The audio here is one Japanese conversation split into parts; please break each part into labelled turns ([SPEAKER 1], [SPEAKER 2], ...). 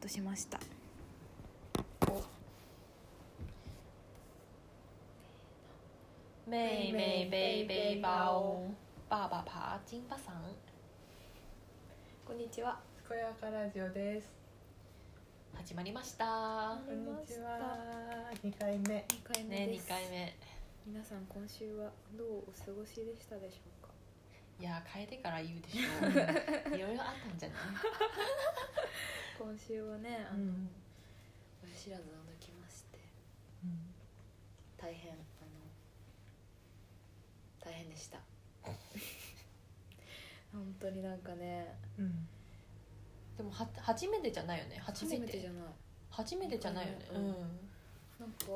[SPEAKER 1] トしました
[SPEAKER 2] 妹妹背背包，爸爸爬金巴桑。
[SPEAKER 1] こんにちは
[SPEAKER 3] 健やかラジオです。
[SPEAKER 2] 始まりました。
[SPEAKER 3] こんにちは。二回目。
[SPEAKER 1] 2回目
[SPEAKER 2] ね
[SPEAKER 1] で
[SPEAKER 2] 二
[SPEAKER 1] す、
[SPEAKER 2] 回目。
[SPEAKER 1] 皆さん今週はどうお過ごしでしたでしょうか
[SPEAKER 2] いや変えてから言うでし ょ。いろいろあったんじゃない。
[SPEAKER 1] 今週はねあ
[SPEAKER 3] う
[SPEAKER 1] の、
[SPEAKER 3] ん。
[SPEAKER 1] 親知らずを抜きまして大変あの大変でした 本当になんかね
[SPEAKER 3] うん。
[SPEAKER 2] でもは初めてじゃないよね。初
[SPEAKER 1] 初
[SPEAKER 2] め
[SPEAKER 1] めてじ
[SPEAKER 2] て
[SPEAKER 1] ゃ。ない
[SPEAKER 2] 初めてじゃないよね。
[SPEAKER 1] う
[SPEAKER 2] うんん。
[SPEAKER 1] なんか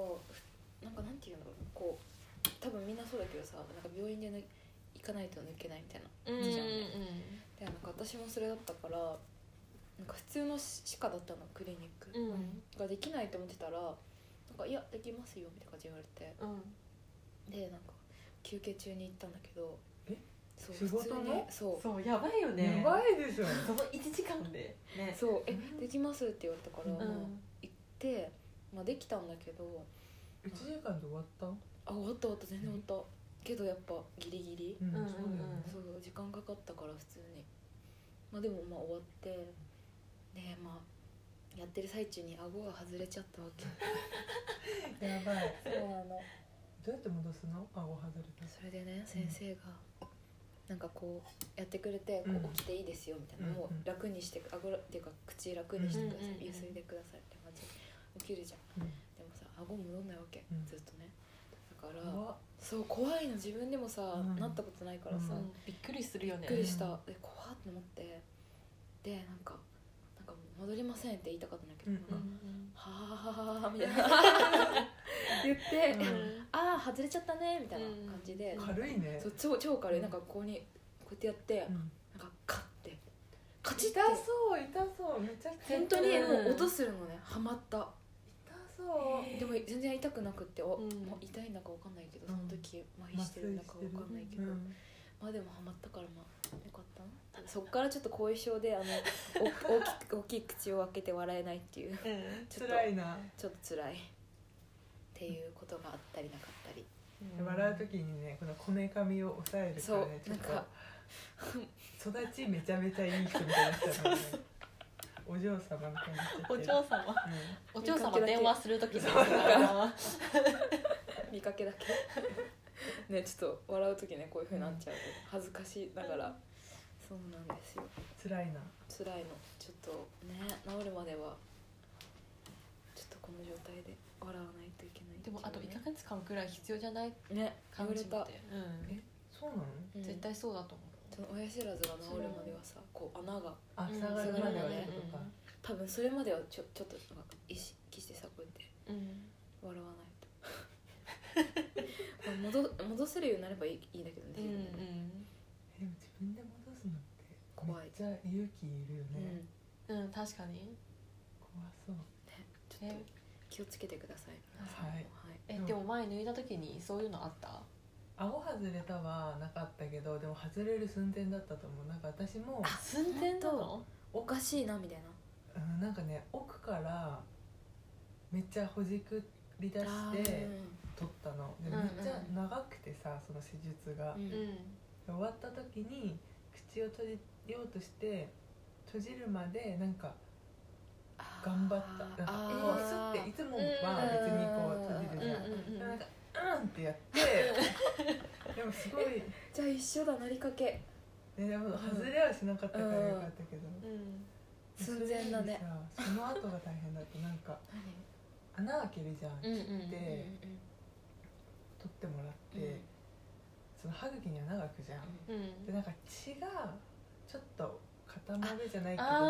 [SPEAKER 1] ふなんかなんていうんだろうこう多分みんなそうだけどさなんか病院で抜行かないと抜けないみたいな
[SPEAKER 2] うんうん
[SPEAKER 1] じゃんねでなんか私もそれだったからなんか普通の歯科だったのクリニック、
[SPEAKER 2] うん
[SPEAKER 1] ができないと思ってたらなんか「いやできますよ」みたいな感じで言われ
[SPEAKER 2] うん。
[SPEAKER 1] てでなんか休憩中に行ったんだけど
[SPEAKER 3] え
[SPEAKER 1] そう
[SPEAKER 3] 仕事の
[SPEAKER 1] 普通にそう
[SPEAKER 2] そうやばいよね。
[SPEAKER 3] やばいでしょ。
[SPEAKER 2] その一時間でね。
[SPEAKER 1] そうえ
[SPEAKER 3] うん
[SPEAKER 1] できますって言われたから、
[SPEAKER 2] う
[SPEAKER 1] まあ
[SPEAKER 2] ん。
[SPEAKER 1] 行って、まあ、できたんだけど
[SPEAKER 3] 一時間で終わった。う
[SPEAKER 1] あ終わった終わった全然終わったけどやっぱギリギリ、
[SPEAKER 3] ん
[SPEAKER 2] うんうんうん
[SPEAKER 3] そうだよね。
[SPEAKER 1] そう時間かかったから普通にまあでもまあ終わってねまあやってる最中に顎が外れちゃったわけ
[SPEAKER 3] やばい。
[SPEAKER 1] そうなの
[SPEAKER 3] どうやって戻すの？顎外れた。
[SPEAKER 1] それでね先生がなんかこうやってくれて「こ
[SPEAKER 3] うん
[SPEAKER 1] う起きていいですよ」みたいな、
[SPEAKER 3] うん
[SPEAKER 1] もう楽にして顎っていうか口楽にしてください、
[SPEAKER 2] うんうんうん
[SPEAKER 1] ゆすいでくださいって感じで起きるじゃん
[SPEAKER 3] うん。
[SPEAKER 1] でもさ顎戻んないわけ、
[SPEAKER 3] うん
[SPEAKER 1] ずっとねだから
[SPEAKER 3] 怖っ
[SPEAKER 1] そう怖いの自分でもさ、
[SPEAKER 3] うん
[SPEAKER 1] なったことないからさ、
[SPEAKER 3] うん
[SPEAKER 2] びっくりするよ
[SPEAKER 1] び
[SPEAKER 2] ね。
[SPEAKER 1] っくりした、
[SPEAKER 3] うん
[SPEAKER 1] で怖っと思ってでなんかなんかもう戻りませんって言いたかったんだけど、
[SPEAKER 3] うん
[SPEAKER 2] う
[SPEAKER 1] なんかはあはあはあは
[SPEAKER 2] ん
[SPEAKER 1] あ みたいな言って、
[SPEAKER 3] うん
[SPEAKER 1] ああ外れちゃったねみたいな感じで、
[SPEAKER 3] 軽いね
[SPEAKER 1] そ。う超超軽いなんかここにこうやってやって、
[SPEAKER 3] うん
[SPEAKER 1] なんかカッてカチッ
[SPEAKER 3] 痛
[SPEAKER 1] て
[SPEAKER 3] そう痛そうめちゃくちゃ
[SPEAKER 1] 本当にもう音するのねはまった
[SPEAKER 3] 痛そう。
[SPEAKER 1] でも全然痛くなくってお、
[SPEAKER 2] うん
[SPEAKER 1] もう痛いんだかわかんないけど
[SPEAKER 3] う
[SPEAKER 1] そ
[SPEAKER 3] ん
[SPEAKER 1] の時麻痺してるんだかわかんないけど、
[SPEAKER 3] うん
[SPEAKER 1] まあでもハマったからまあよかったなそっからちょっと後遺症であのお大きく 大きい口を開けて笑えないっていう
[SPEAKER 2] うん。
[SPEAKER 1] ちょっと
[SPEAKER 3] 辛いな。
[SPEAKER 1] ちょっと辛いっていうことがあったりなかったり
[SPEAKER 3] 笑う時にねこのこめかみを抑えるからね
[SPEAKER 1] そうなんか
[SPEAKER 3] ちょっと育ちめちゃめちゃいい人みたいになっちゃうもんねお嬢様みたいになっちゃって
[SPEAKER 2] お
[SPEAKER 3] る
[SPEAKER 2] 嬢様。お嬢様電話する時の。
[SPEAKER 1] 見かけ だけねちょっと笑う時ねこういうふうになっちゃうと恥ずかしいだからそうなんですよ
[SPEAKER 3] うん、辛いな
[SPEAKER 1] 辛いのちょっとね治るまではちょっとこの状態で笑わないといけないって
[SPEAKER 2] で
[SPEAKER 1] いう
[SPEAKER 2] もあと1
[SPEAKER 1] ね
[SPEAKER 2] ヶ月間くらい必要じゃない
[SPEAKER 1] ね言
[SPEAKER 2] 感
[SPEAKER 1] われ
[SPEAKER 2] じって
[SPEAKER 1] た、
[SPEAKER 2] うん、
[SPEAKER 3] そうなの
[SPEAKER 1] うん
[SPEAKER 2] 絶対そうだと思
[SPEAKER 1] その親知らずが治るまではさこう穴が
[SPEAKER 3] あ
[SPEAKER 2] うん
[SPEAKER 3] 塞がるまで
[SPEAKER 1] そうだ
[SPEAKER 3] はね
[SPEAKER 1] ね
[SPEAKER 3] とか、
[SPEAKER 1] 多分それまではちょちょっとなんか意識してさこうやって
[SPEAKER 2] う、うん、
[SPEAKER 1] 笑わ ないとまあ戻戻せるようになればいいいいんだけどね
[SPEAKER 2] うんう
[SPEAKER 1] 自分でね
[SPEAKER 2] ん
[SPEAKER 3] でも自分で戻すのって
[SPEAKER 1] 怖い
[SPEAKER 3] めっちゃ勇気いるよ
[SPEAKER 1] うん、
[SPEAKER 3] ね、
[SPEAKER 2] うん、確かに
[SPEAKER 3] 怖そう
[SPEAKER 1] ちょっと気をつけてください皆さんも
[SPEAKER 3] は
[SPEAKER 1] は
[SPEAKER 3] い
[SPEAKER 1] い
[SPEAKER 2] え、
[SPEAKER 3] うん
[SPEAKER 2] でも前抜いた時にそういうのあった
[SPEAKER 3] 顎外れたはなかったけどでも外れる寸前だったと思うなんか私も、
[SPEAKER 2] 寸前なの
[SPEAKER 1] おかしいなみたいな
[SPEAKER 3] うん、なんかね奥からめっちゃほじくり出
[SPEAKER 1] あ
[SPEAKER 3] して
[SPEAKER 1] ー
[SPEAKER 3] 取ったので
[SPEAKER 2] うん
[SPEAKER 3] め
[SPEAKER 2] うん
[SPEAKER 3] っちゃ長くてさその手術が
[SPEAKER 1] う、ん
[SPEAKER 2] う
[SPEAKER 1] うん
[SPEAKER 2] ん
[SPEAKER 3] 終わった時に口を閉じようとして閉じるまでなんか
[SPEAKER 1] あー
[SPEAKER 3] 頑張ったなんか
[SPEAKER 1] あ
[SPEAKER 3] こうス
[SPEAKER 1] ー
[SPEAKER 3] ッていつもは別にこう閉じるじゃん
[SPEAKER 2] うんうんうん
[SPEAKER 3] でもなんか「うん」ってやってでもすごい、ね、
[SPEAKER 1] じゃあ一緒だなりかけ
[SPEAKER 3] でも外れはしなかったからよかったけど、
[SPEAKER 2] うん
[SPEAKER 1] 寸前だね
[SPEAKER 3] それよりさその後が大変だってなんか穴開けるじゃん、
[SPEAKER 2] うんう
[SPEAKER 3] 取
[SPEAKER 2] ん
[SPEAKER 3] でってもらって、
[SPEAKER 1] うん
[SPEAKER 3] その歯茎に穴が開くじゃん、
[SPEAKER 2] うん
[SPEAKER 3] でなんか血がちょっと固まるじゃないけど
[SPEAKER 2] ああーう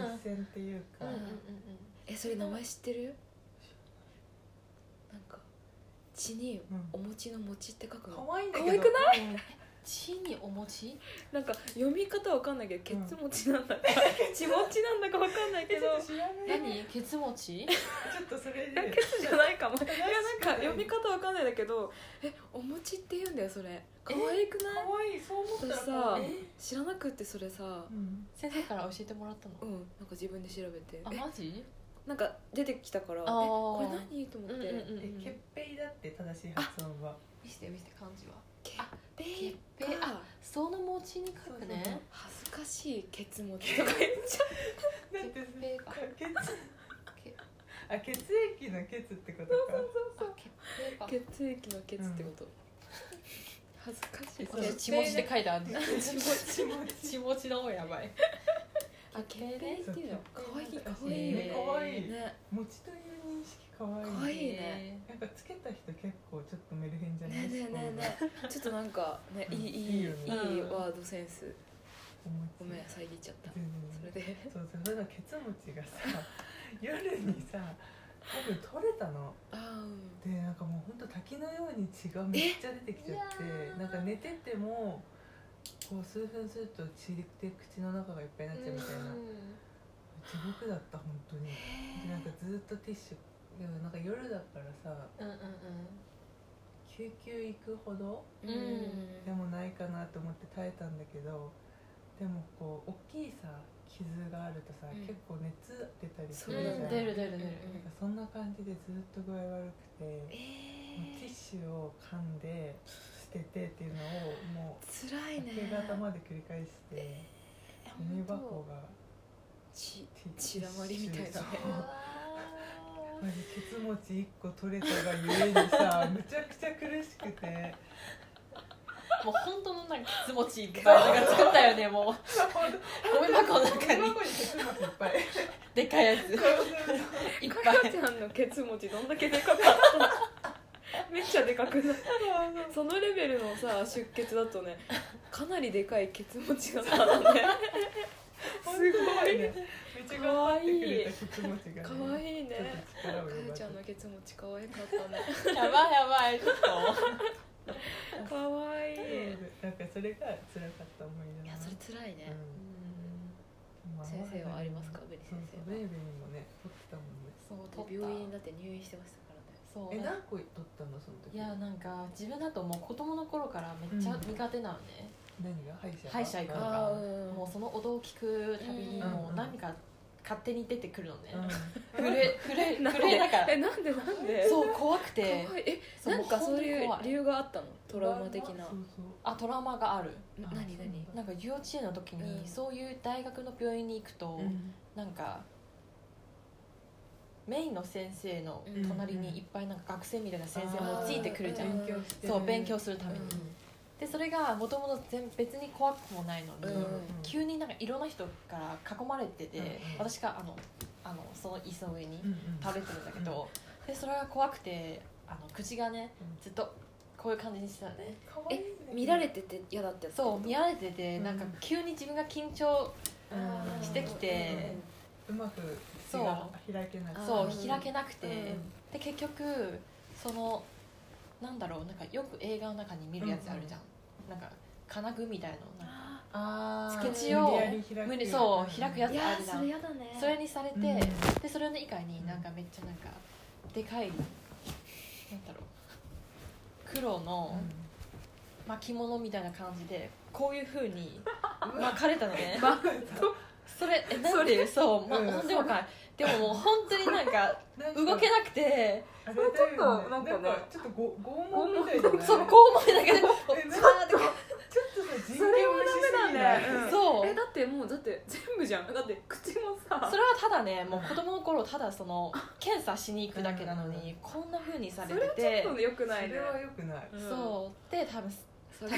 [SPEAKER 2] んう
[SPEAKER 3] さ
[SPEAKER 2] ん
[SPEAKER 3] 血栓っていう
[SPEAKER 2] う
[SPEAKER 3] か、
[SPEAKER 2] んうん
[SPEAKER 1] えそれ名前知ってるなんか血に
[SPEAKER 3] うん
[SPEAKER 1] お餅の餅って書くの
[SPEAKER 3] 可愛いんだけ
[SPEAKER 1] 可愛
[SPEAKER 3] ど
[SPEAKER 1] く
[SPEAKER 2] う地にお餅
[SPEAKER 1] なんか読み方わかんないけどケ
[SPEAKER 3] うん
[SPEAKER 1] ツ持ちなんだか、血持ちなんだかわかんないけ
[SPEAKER 3] えち
[SPEAKER 1] ど
[SPEAKER 3] ょっと知らない
[SPEAKER 2] 何ケツ餅
[SPEAKER 3] ちょっとそれで
[SPEAKER 1] ラケツじゃないかもいや
[SPEAKER 3] 正しく
[SPEAKER 1] なんか読み方わかんないんだけどえお餅って言うんだよそれ可愛くない
[SPEAKER 3] 可愛いそう思ったら可愛い
[SPEAKER 1] 私知らなくってそれさ
[SPEAKER 3] うん
[SPEAKER 2] 先生から教えてもらったの
[SPEAKER 1] うんなんか自分で調べて
[SPEAKER 2] あ
[SPEAKER 1] え
[SPEAKER 2] マジ
[SPEAKER 1] なんか出てきたからえ
[SPEAKER 2] あー
[SPEAKER 1] これ何と思って、
[SPEAKER 2] う
[SPEAKER 3] え潔平だって正しい発音は
[SPEAKER 2] 見せて見せて漢字は
[SPEAKER 1] け
[SPEAKER 2] あ
[SPEAKER 1] べ
[SPEAKER 2] けっぺ
[SPEAKER 1] か
[SPEAKER 2] あその餅に書くね
[SPEAKER 1] 恥ずかしいケツ持ちとか言っちゃう
[SPEAKER 3] だって
[SPEAKER 2] 潔平か
[SPEAKER 3] 血
[SPEAKER 2] け
[SPEAKER 3] あ血液の血ってことか
[SPEAKER 2] あけっぺか
[SPEAKER 1] 血液のケツってこと、恥ずかしい
[SPEAKER 2] 私血餅って書いてあるんです
[SPEAKER 3] 血持ち持ち
[SPEAKER 2] 血餅の方やばい
[SPEAKER 1] あけべっていうの可愛い可愛いよ
[SPEAKER 3] ね
[SPEAKER 1] ね
[SPEAKER 3] 可愛い
[SPEAKER 1] ね
[SPEAKER 3] 持ちという認識可愛い
[SPEAKER 1] 可愛いね
[SPEAKER 3] なんかつけた人結構ちょっとメルヘンじゃない
[SPEAKER 1] ねねねねちょっとなんかねいいいいいい
[SPEAKER 3] うん
[SPEAKER 1] ワードセンスご
[SPEAKER 3] ご
[SPEAKER 1] め
[SPEAKER 3] め
[SPEAKER 1] ん
[SPEAKER 3] ん
[SPEAKER 1] 遮っちゃった
[SPEAKER 3] 全
[SPEAKER 1] それ
[SPEAKER 3] 然
[SPEAKER 1] で
[SPEAKER 3] そうそうだからケツ持ちがさ 夜にさ多分取れたの
[SPEAKER 1] あーうん
[SPEAKER 3] でなんかもうほんと滝のように血がめっちゃ出てきち
[SPEAKER 2] えい
[SPEAKER 3] ゃっ
[SPEAKER 2] や
[SPEAKER 3] て
[SPEAKER 2] ー
[SPEAKER 3] なんか寝ててもこう数分すると血で口の中がいっぱいになっちゃうみたいな地獄だった本当にでなんかずっとティッシュでもなんか夜だからさ
[SPEAKER 2] うんうん
[SPEAKER 3] 救急行くほど
[SPEAKER 2] うん
[SPEAKER 3] でもないかなと思って耐えたんだけどでもこう大きいさ傷があるとさ、
[SPEAKER 1] うん
[SPEAKER 3] 結構熱出たりす
[SPEAKER 1] そう
[SPEAKER 3] る
[SPEAKER 1] だね
[SPEAKER 2] うん
[SPEAKER 3] じゃない
[SPEAKER 2] 出る出る出る
[SPEAKER 1] うん
[SPEAKER 3] そんな感じでずっと具合悪くて、
[SPEAKER 1] え
[SPEAKER 3] もうティッ
[SPEAKER 1] ー
[SPEAKER 3] シュを噛んで捨ててっていうのをもう
[SPEAKER 1] 辛いね
[SPEAKER 3] 明け方まで繰り返して
[SPEAKER 1] え
[SPEAKER 3] ゴミ
[SPEAKER 1] ほんと
[SPEAKER 3] 箱が
[SPEAKER 1] 血
[SPEAKER 3] ティ
[SPEAKER 1] 血だまりみたいなね
[SPEAKER 3] そう
[SPEAKER 2] うんうわ
[SPEAKER 3] マジケツ持ち1個取れたがゆえにさ むちゃくちゃ苦しくて
[SPEAKER 2] ーもう本当のなんか血餅いっぱいなんか作ったよねもうゴミ箱の
[SPEAKER 3] ゴミ
[SPEAKER 2] 中に
[SPEAKER 3] 箱にケツ持ちいっぱ い
[SPEAKER 2] でかいやつ いっぱ
[SPEAKER 1] か
[SPEAKER 2] い
[SPEAKER 1] かちゃんのケツ持ちどんだけでかかっためっちゃでかくないそのレベルのさ出血だとねかなりでかいケツ持ちがさね
[SPEAKER 3] す
[SPEAKER 1] すごい
[SPEAKER 3] ねめっちゃ頑張ってくれたケツ持ちが、ね、
[SPEAKER 1] かわいい
[SPEAKER 3] ちょっ
[SPEAKER 1] ね
[SPEAKER 3] と力
[SPEAKER 1] か
[SPEAKER 3] を奪
[SPEAKER 1] よちゃんのケツ持ちかわいかったね
[SPEAKER 2] やばいやばいちょっ
[SPEAKER 1] かわいい
[SPEAKER 3] なんかそれが辛かった思い
[SPEAKER 1] い
[SPEAKER 3] 出
[SPEAKER 1] やそれつらいね、
[SPEAKER 2] と
[SPEAKER 1] 先生はありますかベリ先生は
[SPEAKER 3] ベイベーにもね取ってたもんね
[SPEAKER 2] そう
[SPEAKER 1] で病院だって入院してましたからね
[SPEAKER 2] そう
[SPEAKER 3] え何個取ったのその時
[SPEAKER 2] いやなんか自分だともう子供の頃からめっちゃ苦手なのね、
[SPEAKER 3] 何が歯医者が
[SPEAKER 2] 歯医者行くの
[SPEAKER 1] あ
[SPEAKER 2] か
[SPEAKER 1] ーうん
[SPEAKER 2] もうその音を聞くたびに
[SPEAKER 1] うん
[SPEAKER 2] もう何か勝手に出てくるのね、
[SPEAKER 3] うん
[SPEAKER 2] 震え震 え
[SPEAKER 1] なんで
[SPEAKER 2] 震えだから
[SPEAKER 1] えなんでなんで
[SPEAKER 2] そうう怖くて
[SPEAKER 1] かわいいえ
[SPEAKER 2] そう
[SPEAKER 1] なんか
[SPEAKER 2] もう
[SPEAKER 1] そういう
[SPEAKER 2] 本当
[SPEAKER 1] 理
[SPEAKER 2] に怖
[SPEAKER 1] 由
[SPEAKER 2] い
[SPEAKER 1] があったのトラウマ的な
[SPEAKER 3] そうそう
[SPEAKER 2] あトラウマがある
[SPEAKER 1] な
[SPEAKER 3] あ
[SPEAKER 1] 何何
[SPEAKER 2] なんか幼稚園の時
[SPEAKER 1] うん
[SPEAKER 2] にそういう大学の病院に行くと、
[SPEAKER 3] うん
[SPEAKER 2] なんかメインの先生の
[SPEAKER 1] うん
[SPEAKER 2] 隣にいっぱいなんか学生みたいな先生もついてくるじゃ
[SPEAKER 1] あー
[SPEAKER 2] ん
[SPEAKER 3] 勉強して
[SPEAKER 2] そう勉強
[SPEAKER 3] す
[SPEAKER 2] するために、
[SPEAKER 1] うん
[SPEAKER 2] でそれがもともと別に怖くもないのに、
[SPEAKER 1] うん
[SPEAKER 2] 急になんかいろんな人から囲まれてて、
[SPEAKER 3] うんうん
[SPEAKER 2] 私があのあのその椅子の上に
[SPEAKER 3] うんうん
[SPEAKER 2] 倒れてるんだけど、でそれが怖くてあの口がね
[SPEAKER 3] うん
[SPEAKER 2] ずっとこういう感じにしてたのね
[SPEAKER 3] 可愛いね
[SPEAKER 1] 見られてて嫌だってやつ
[SPEAKER 2] そう見られてて、
[SPEAKER 3] うん
[SPEAKER 2] なんか急に自分が緊張
[SPEAKER 3] うん
[SPEAKER 2] してきて
[SPEAKER 3] うまく口が開けなくて
[SPEAKER 2] そう
[SPEAKER 1] うん
[SPEAKER 2] 開けなくて、
[SPEAKER 1] うん
[SPEAKER 2] で結局そのなんだろうなんかよく映画の中に見るやつあるじゃん、なんか金具みたいのなんか
[SPEAKER 1] あ
[SPEAKER 3] あー
[SPEAKER 2] 口を
[SPEAKER 3] 無理やり開く
[SPEAKER 2] 無理そう開く
[SPEAKER 1] ー
[SPEAKER 2] やつ
[SPEAKER 1] いや
[SPEAKER 2] ある
[SPEAKER 1] ー
[SPEAKER 2] じゃん
[SPEAKER 1] それ嫌だね
[SPEAKER 2] それにされて、
[SPEAKER 3] うん
[SPEAKER 2] でそれの以外になんかめっちゃなんかでかいなんだろう黒の巻物みたいな感じでこういうふうに巻かれたのねそれえなんていうそう、ま
[SPEAKER 3] うん
[SPEAKER 2] なんでもかいでももう本当になんか動け
[SPEAKER 3] い
[SPEAKER 2] なくて
[SPEAKER 3] あれだよね
[SPEAKER 1] ちょっとなんかね
[SPEAKER 3] ちょっとご拷問みたいじゃない
[SPEAKER 2] そうこう思いながらこ
[SPEAKER 3] え
[SPEAKER 2] う
[SPEAKER 3] な
[SPEAKER 2] わーってこ
[SPEAKER 3] ちょっとさ人
[SPEAKER 1] それ
[SPEAKER 3] 権
[SPEAKER 1] は
[SPEAKER 3] 無視す
[SPEAKER 1] ダ
[SPEAKER 3] ぎ
[SPEAKER 1] メ
[SPEAKER 3] な
[SPEAKER 1] だ
[SPEAKER 3] い
[SPEAKER 1] ね
[SPEAKER 2] う
[SPEAKER 1] うん
[SPEAKER 2] そう
[SPEAKER 1] えだってもうだって全部じゃんだって口もさ
[SPEAKER 2] それはただねもう子供の頃ただその検査しに行くだけなのにこんなふうにされてて
[SPEAKER 1] ちょっと良くない
[SPEAKER 3] そ
[SPEAKER 1] ね
[SPEAKER 3] れは良くない
[SPEAKER 2] そうで多分
[SPEAKER 1] それは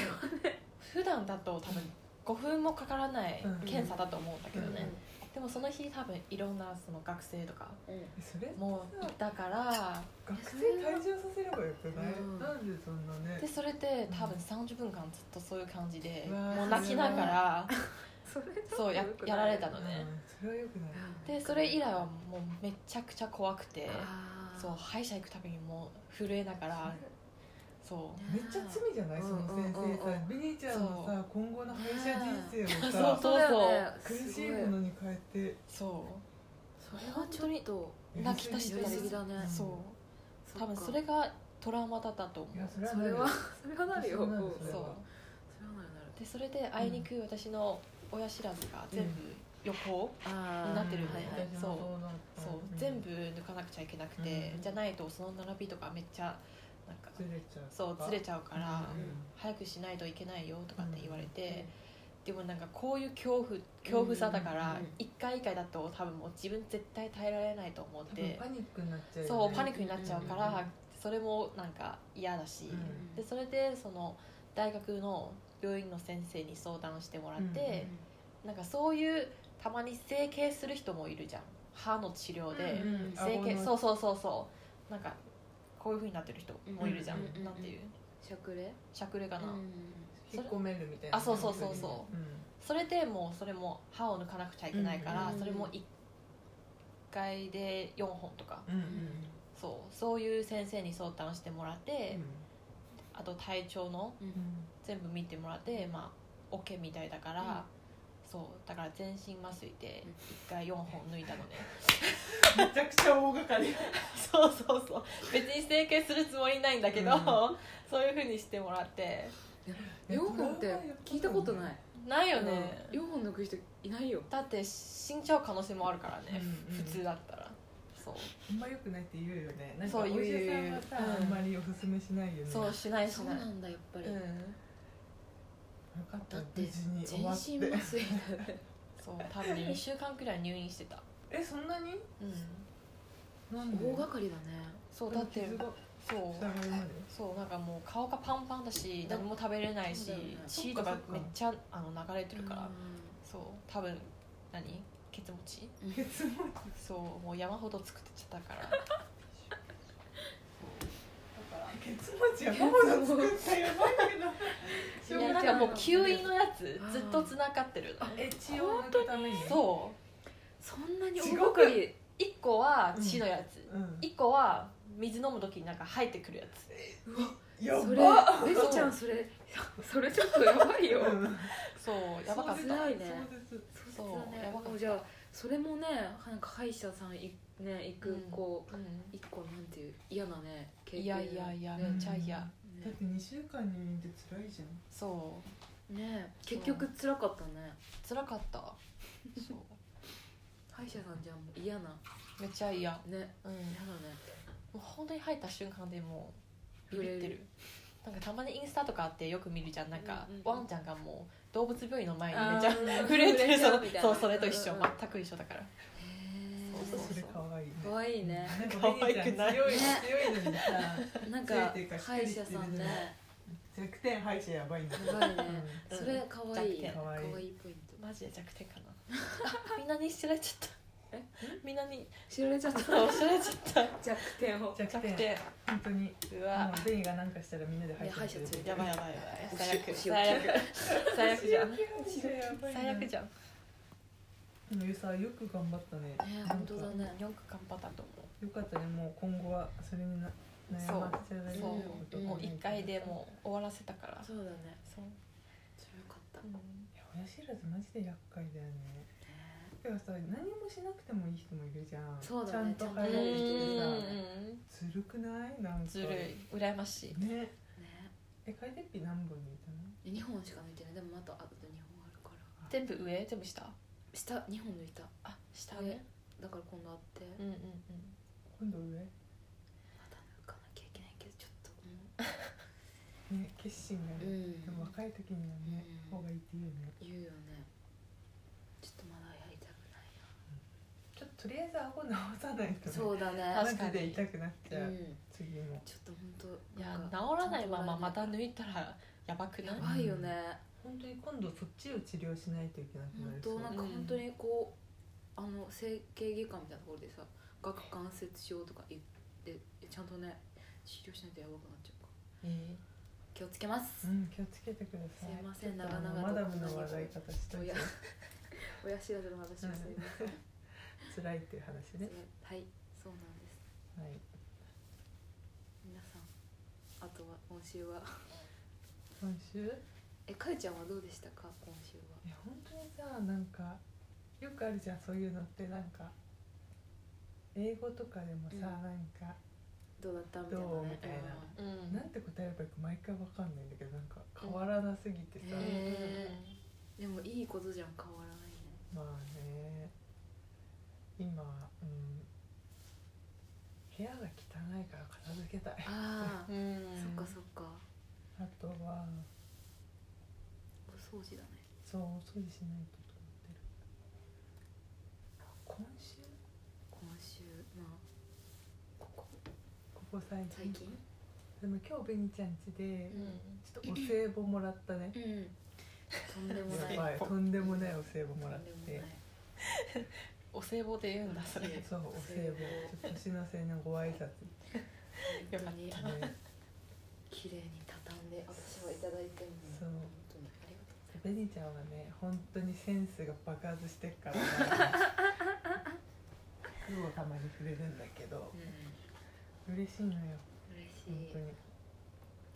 [SPEAKER 2] 普段だと多分5分もかからない検査だと思うんだけどね、でもその日多分いろんなその学生とか
[SPEAKER 1] うん
[SPEAKER 3] それ
[SPEAKER 2] もういたから
[SPEAKER 3] 学生退場させればよくない
[SPEAKER 1] うん
[SPEAKER 3] なんでそんなね
[SPEAKER 2] でそれで多分30分間ずっとそういう感じで
[SPEAKER 3] うわー
[SPEAKER 2] もう泣きながら
[SPEAKER 1] それちょっと
[SPEAKER 2] そうや
[SPEAKER 1] 良くない
[SPEAKER 2] やられた
[SPEAKER 3] う
[SPEAKER 2] の
[SPEAKER 3] ん
[SPEAKER 2] ね
[SPEAKER 3] それは良くない
[SPEAKER 2] でそれ以来はもうめちゃくちゃ怖くて
[SPEAKER 1] あー
[SPEAKER 2] そう歯医者行くたびにもう震えながら
[SPEAKER 3] そ
[SPEAKER 2] そう
[SPEAKER 3] めっちゃ罪じゃないその先
[SPEAKER 1] う
[SPEAKER 3] 生
[SPEAKER 1] んうんうん
[SPEAKER 3] さ
[SPEAKER 1] う
[SPEAKER 3] ビリーちゃんのさ今後の敗者人生を
[SPEAKER 2] そう
[SPEAKER 3] さ
[SPEAKER 2] そう
[SPEAKER 3] 苦しいものに変えて
[SPEAKER 2] そう
[SPEAKER 1] それはちょっと
[SPEAKER 2] 泣き出し
[SPEAKER 1] やり
[SPEAKER 2] た
[SPEAKER 1] す
[SPEAKER 2] り
[SPEAKER 1] ぎだね
[SPEAKER 3] うん
[SPEAKER 2] そう
[SPEAKER 1] っか
[SPEAKER 2] 多分それがトラウマだったと思
[SPEAKER 3] いや
[SPEAKER 2] う
[SPEAKER 3] それは
[SPEAKER 1] そ
[SPEAKER 3] なる
[SPEAKER 1] れ
[SPEAKER 3] よ
[SPEAKER 1] はそれはなるよ
[SPEAKER 3] そうなる
[SPEAKER 1] うん
[SPEAKER 3] それは
[SPEAKER 2] そ
[SPEAKER 1] それ
[SPEAKER 2] う
[SPEAKER 1] はなるなる
[SPEAKER 2] でそれであいにく私の親知らずが全部予行、
[SPEAKER 1] あ
[SPEAKER 2] になってる
[SPEAKER 1] ん
[SPEAKER 2] は
[SPEAKER 1] だ
[SPEAKER 2] いはい
[SPEAKER 3] 私もそうだった
[SPEAKER 2] そう
[SPEAKER 3] うん
[SPEAKER 2] 全部抜かなくちゃいけなくて、
[SPEAKER 3] うん
[SPEAKER 2] じゃないとその並びとかめっちゃなんか
[SPEAKER 3] ずれちゃう
[SPEAKER 2] そうずれちゃうから、
[SPEAKER 1] うん
[SPEAKER 2] 早くしないといけないよとかって言われて、でもなんかこういう恐怖恐怖さだから
[SPEAKER 1] うん
[SPEAKER 2] 一回一回だと多分もう自分絶対耐えられないと思っ
[SPEAKER 3] 多分
[SPEAKER 2] て
[SPEAKER 3] パニックになっちゃうよね
[SPEAKER 2] そうパニックになっちゃうか
[SPEAKER 1] うんうん
[SPEAKER 2] らそれもなんか嫌だし、
[SPEAKER 3] ん
[SPEAKER 2] でそれでその大学の病院の先生に相談してもらって。
[SPEAKER 3] うん
[SPEAKER 2] なんかそういうたまに整形する人もいるじゃん歯の治療で
[SPEAKER 1] うん
[SPEAKER 2] 整
[SPEAKER 3] 顎
[SPEAKER 2] 形、
[SPEAKER 3] の
[SPEAKER 2] そうそうそうそうなんかこういうふうになってる人もいるじゃん、
[SPEAKER 3] うんうん
[SPEAKER 1] うん
[SPEAKER 2] なんていう
[SPEAKER 1] しゃくれ
[SPEAKER 2] しゃくれかな、
[SPEAKER 3] 引っ込めるみたいな
[SPEAKER 2] あそうそうそうそ
[SPEAKER 3] うん
[SPEAKER 2] それでもうそれも歯を抜かなくちゃいけないから、
[SPEAKER 1] うん
[SPEAKER 2] それも1回で4本とか、
[SPEAKER 3] うん
[SPEAKER 2] そうそういう先生に相談してもらって、あと体調の
[SPEAKER 1] うん
[SPEAKER 2] 全部見てもらってまあ OK みたいだから、
[SPEAKER 1] うん
[SPEAKER 2] そうだから全身麻酔で
[SPEAKER 1] うん
[SPEAKER 2] 1回4本抜いたのね
[SPEAKER 3] めちゃくちゃ大掛かり
[SPEAKER 2] そうそうそう別に整形するつもりないんだけど、
[SPEAKER 3] うん
[SPEAKER 2] そういうふうにしてもらって
[SPEAKER 1] 4本って聞いたことない
[SPEAKER 2] ないよね、
[SPEAKER 1] 4本抜く人いないよ
[SPEAKER 2] だって死んじゃう可能性もあるからね、
[SPEAKER 3] うんうん
[SPEAKER 2] 普通だったらそう
[SPEAKER 3] あんま良くないって言うよねなんか
[SPEAKER 2] そ
[SPEAKER 3] お
[SPEAKER 2] う言う
[SPEAKER 3] 医者さんはさ
[SPEAKER 2] 言う
[SPEAKER 3] あんまりおすすめしないよね
[SPEAKER 2] そうしないし
[SPEAKER 1] そう
[SPEAKER 2] ない
[SPEAKER 1] なんだやっぱり
[SPEAKER 2] うん
[SPEAKER 3] よかった
[SPEAKER 1] だって
[SPEAKER 3] 無事
[SPEAKER 1] 全
[SPEAKER 3] に終
[SPEAKER 1] 身
[SPEAKER 3] わっ
[SPEAKER 1] 麻
[SPEAKER 3] て
[SPEAKER 1] 酔 だね
[SPEAKER 2] そう多分ね2週間くらい入院してた
[SPEAKER 3] えそんなに
[SPEAKER 2] うん
[SPEAKER 3] な
[SPEAKER 1] 大
[SPEAKER 3] んで
[SPEAKER 1] 掛かりだね
[SPEAKER 2] そうだって
[SPEAKER 3] 傷が
[SPEAKER 2] そう
[SPEAKER 3] 下がるまで
[SPEAKER 2] そうなんかもう顔がパンパンだし
[SPEAKER 1] だ
[SPEAKER 2] 何も食べれないし、
[SPEAKER 1] そうだよね
[SPEAKER 2] 血と
[SPEAKER 3] そ
[SPEAKER 2] か
[SPEAKER 3] っかそっか
[SPEAKER 2] めっちゃあの流れてるから、
[SPEAKER 1] う
[SPEAKER 2] そう多分何ケツ持ち
[SPEAKER 1] ん
[SPEAKER 3] 結論
[SPEAKER 2] そうもう山ほど作ってちゃったからそうだから
[SPEAKER 3] 結末やママの作ったやばいけど
[SPEAKER 2] いやなんかもう吸引のやつ
[SPEAKER 1] あー
[SPEAKER 2] ずっとつながってるの
[SPEAKER 3] え血を抜くために
[SPEAKER 2] そ
[SPEAKER 1] そんなに
[SPEAKER 2] う
[SPEAKER 1] 大
[SPEAKER 2] す
[SPEAKER 1] 掛
[SPEAKER 2] ご
[SPEAKER 1] か
[SPEAKER 2] く
[SPEAKER 1] り
[SPEAKER 2] 1個は血のやつ、
[SPEAKER 3] うん
[SPEAKER 2] 一1個は水飲む時になんか入ってくるやつ
[SPEAKER 3] や
[SPEAKER 1] それ
[SPEAKER 3] ばっ
[SPEAKER 1] ベスちゃんそれそれちょっとやばいよ
[SPEAKER 3] うん
[SPEAKER 2] そうやばかっ
[SPEAKER 1] そ
[SPEAKER 2] た
[SPEAKER 1] う辛いね
[SPEAKER 3] 壮絶
[SPEAKER 2] そ
[SPEAKER 1] そ
[SPEAKER 2] う
[SPEAKER 1] うだね
[SPEAKER 2] やばかった
[SPEAKER 1] もうじゃあそれもねなんか歯医者さんいね行く
[SPEAKER 2] うん
[SPEAKER 1] こ
[SPEAKER 2] うん
[SPEAKER 1] う一個なんていう嫌なね経験
[SPEAKER 2] いやいやいやめっちゃ嫌
[SPEAKER 3] だっ
[SPEAKER 1] ね
[SPEAKER 3] て2週間入院って辛いじゃん
[SPEAKER 2] そう
[SPEAKER 1] ね結局辛かったね
[SPEAKER 2] 辛かったそう
[SPEAKER 1] 歯医者さんじゃんもう嫌な
[SPEAKER 2] めっちゃ嫌
[SPEAKER 1] ね
[SPEAKER 2] うんも
[SPEAKER 1] 嫌だね
[SPEAKER 2] う本当に入った瞬間でもうビビって
[SPEAKER 1] 震え
[SPEAKER 2] るなんかたまにインスタとかあってよく見るじゃんなんか、
[SPEAKER 1] うんうんうん
[SPEAKER 2] ワンちゃんがもう動物病院の前にめっ ちゃ
[SPEAKER 1] ゃ
[SPEAKER 2] 震えてるそのそうそれと一緒、
[SPEAKER 1] か
[SPEAKER 2] 全く一緒だからそう
[SPEAKER 3] それ可愛いね
[SPEAKER 1] わいいね
[SPEAKER 2] 可愛くない
[SPEAKER 3] 強い強いのにさ
[SPEAKER 1] なんか
[SPEAKER 3] ついてるから
[SPEAKER 1] 歯医者さんね
[SPEAKER 3] 弱点歯医者やばいんだ
[SPEAKER 1] やばいね
[SPEAKER 2] うん
[SPEAKER 1] それ可愛い
[SPEAKER 2] 弱点
[SPEAKER 1] 可
[SPEAKER 3] 可愛い
[SPEAKER 1] 愛いポイント
[SPEAKER 2] マジで弱点かな みんなに知られちゃった
[SPEAKER 1] え
[SPEAKER 2] みんなに
[SPEAKER 1] 知られちゃった
[SPEAKER 2] そう知られちゃっ
[SPEAKER 1] 弱点を
[SPEAKER 2] た
[SPEAKER 3] 弱
[SPEAKER 2] 弱
[SPEAKER 3] 点
[SPEAKER 2] 点
[SPEAKER 3] 本当に
[SPEAKER 2] うわ
[SPEAKER 3] もうベイがなんかしたらみんなで歯医者する
[SPEAKER 1] いや歯医者連れて
[SPEAKER 2] やばいやばいやばい最
[SPEAKER 1] お
[SPEAKER 2] 悪
[SPEAKER 1] 仕置き
[SPEAKER 2] 最悪最悪じゃん最
[SPEAKER 3] 最
[SPEAKER 2] 悪じ
[SPEAKER 3] ゃ
[SPEAKER 2] ゃん
[SPEAKER 3] んでもゆうさよく頑張ったね
[SPEAKER 1] ね本当だ
[SPEAKER 3] なんか
[SPEAKER 1] ね
[SPEAKER 2] よく頑張ったと
[SPEAKER 3] よかったねもう今後はそれにな悩ませられる
[SPEAKER 2] 思う
[SPEAKER 3] こ
[SPEAKER 2] そ
[SPEAKER 3] と
[SPEAKER 2] う
[SPEAKER 1] うん
[SPEAKER 2] もう一回でもう終わらせたから
[SPEAKER 1] そうだね
[SPEAKER 2] そう
[SPEAKER 1] それよかった
[SPEAKER 3] いや親知らずマジで厄介だよねてかさ何もしなくてもいい人もいるじゃん
[SPEAKER 1] そうだね
[SPEAKER 3] ちゃんと
[SPEAKER 2] う
[SPEAKER 3] 入
[SPEAKER 1] 早
[SPEAKER 3] れ
[SPEAKER 1] い
[SPEAKER 3] てきて
[SPEAKER 1] う
[SPEAKER 3] さ
[SPEAKER 2] ん
[SPEAKER 3] ずるくないなんか
[SPEAKER 2] ずるい羨ましい
[SPEAKER 3] ね
[SPEAKER 1] ね
[SPEAKER 3] え回転ピ何本抜いたの
[SPEAKER 1] 2本しか抜いてないでもまたあと2本あるから
[SPEAKER 2] 全部上全部下
[SPEAKER 1] 下2本抜いた
[SPEAKER 2] あ下ね
[SPEAKER 1] だから今度あって
[SPEAKER 2] うんうんうん
[SPEAKER 3] 今度上
[SPEAKER 1] また抜かなきゃいけないけどちょっと
[SPEAKER 3] ね決心が
[SPEAKER 1] う
[SPEAKER 3] ね、
[SPEAKER 1] ん
[SPEAKER 3] でも若い時にはね、
[SPEAKER 1] うん
[SPEAKER 3] 方がいいって言うね
[SPEAKER 1] 言うよねちょっとまだやりたくないな
[SPEAKER 3] ちょっととりあえず顎直さないとね
[SPEAKER 1] そうだ
[SPEAKER 2] 確
[SPEAKER 1] ね
[SPEAKER 2] かに
[SPEAKER 3] マジで痛くなっ
[SPEAKER 1] う
[SPEAKER 3] ちゃう、
[SPEAKER 1] ん
[SPEAKER 3] 次も
[SPEAKER 1] ちょっと本当
[SPEAKER 2] いや
[SPEAKER 1] なんか
[SPEAKER 2] 治らないままま
[SPEAKER 1] ちゃ
[SPEAKER 2] た
[SPEAKER 1] んと
[SPEAKER 2] 抜いたらやばくない
[SPEAKER 1] やばいよね
[SPEAKER 3] 本当に今度そっちを治療しないといけなくな
[SPEAKER 1] 本
[SPEAKER 3] る
[SPEAKER 1] 当なん
[SPEAKER 2] う
[SPEAKER 1] か本当にこうあの整形外科みたいなところでさ顎関節症とか言ってちゃんとね治療しないとやばくなっちゃうから
[SPEAKER 2] え
[SPEAKER 1] 気をつけます
[SPEAKER 3] うん気をつけてください
[SPEAKER 1] すいません
[SPEAKER 3] ちょっとあの
[SPEAKER 1] 長々
[SPEAKER 3] マ
[SPEAKER 1] と
[SPEAKER 3] ダムの笑い方しといて
[SPEAKER 1] 親親知らずの話もすみません
[SPEAKER 3] 辛いっていう話ね
[SPEAKER 1] はいそうなんです
[SPEAKER 3] はい
[SPEAKER 1] 皆さんあとは今週は
[SPEAKER 3] 今週
[SPEAKER 1] えかゆちゃんはどうでしたか今週はい
[SPEAKER 3] や本当にさなんかよくあるじゃんそういうのってなんか英語とかでも
[SPEAKER 1] う
[SPEAKER 3] さ、
[SPEAKER 1] ん
[SPEAKER 3] なんか
[SPEAKER 1] どうだったみたいな
[SPEAKER 3] どうみ
[SPEAKER 1] ね
[SPEAKER 3] たいな
[SPEAKER 1] うん
[SPEAKER 2] うん
[SPEAKER 3] なんて答えればいいか毎回わかんないんだけどなんか変わらなすぎてさ、
[SPEAKER 1] うんえでもいいことじゃん変わらない ね
[SPEAKER 3] まあね今、うん、部屋が汚いから片付けたい
[SPEAKER 1] ああ
[SPEAKER 2] う、ん
[SPEAKER 1] そっかそっか
[SPEAKER 3] あとは
[SPEAKER 1] お掃除だね
[SPEAKER 3] そうお掃除しないとと思ってる今週
[SPEAKER 1] 今週まあここ
[SPEAKER 3] ここ最近
[SPEAKER 1] 最近
[SPEAKER 3] でも今日ベニちゃん家で
[SPEAKER 2] う、ん
[SPEAKER 3] ちょっとお歳暮もらったね
[SPEAKER 1] うんとんでもない
[SPEAKER 3] やばいとんでもないお歳暮もらっ
[SPEAKER 1] とんでもな
[SPEAKER 3] て
[SPEAKER 1] い
[SPEAKER 2] お歳暮で言うんだそれ
[SPEAKER 1] うん
[SPEAKER 3] そうお歳暮ちょっと年の瀬のご挨拶
[SPEAKER 1] 本当に
[SPEAKER 2] よ
[SPEAKER 3] ね
[SPEAKER 1] 綺麗に畳んで私はいただいてるの
[SPEAKER 3] そう
[SPEAKER 1] 本当にありがとうござい
[SPEAKER 3] ベニちゃんはね本当にセンスが爆発してっからね服をたまに触れるんだけど
[SPEAKER 1] ます
[SPEAKER 3] 嬉しいのよ
[SPEAKER 1] うん
[SPEAKER 3] 本
[SPEAKER 1] 嬉しい
[SPEAKER 3] 当に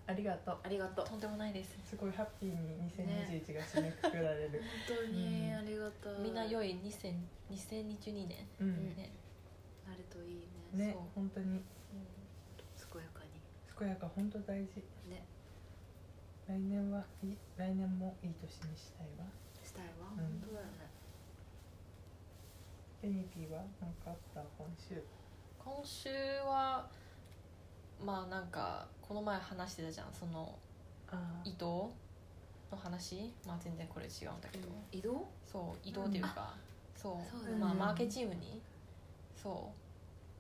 [SPEAKER 3] ありがとう
[SPEAKER 1] ありがとう
[SPEAKER 2] とんでもないです
[SPEAKER 3] すごいハッピーに2021が締めくくられる、
[SPEAKER 1] 本当にありがとう
[SPEAKER 2] みんな
[SPEAKER 1] な
[SPEAKER 2] 良い2000 2022年
[SPEAKER 3] うん
[SPEAKER 2] ね
[SPEAKER 1] るといいね
[SPEAKER 3] ね
[SPEAKER 2] そう
[SPEAKER 3] 本当に
[SPEAKER 1] 健やか
[SPEAKER 3] 健やか本当大事
[SPEAKER 1] にね
[SPEAKER 3] 来年はいい来年もいい年にしたいわ
[SPEAKER 1] したいわ
[SPEAKER 3] うん
[SPEAKER 1] 本当だよね
[SPEAKER 3] ベニピーは何かあった今週
[SPEAKER 2] 今週はまあなんかこの前話してたじゃんその
[SPEAKER 3] あ
[SPEAKER 2] 移動の話まあ全然これ違うんだけど、
[SPEAKER 1] 移動
[SPEAKER 2] そう移動っていうか、そう
[SPEAKER 1] そうだね
[SPEAKER 2] まあ、マーケチームにそ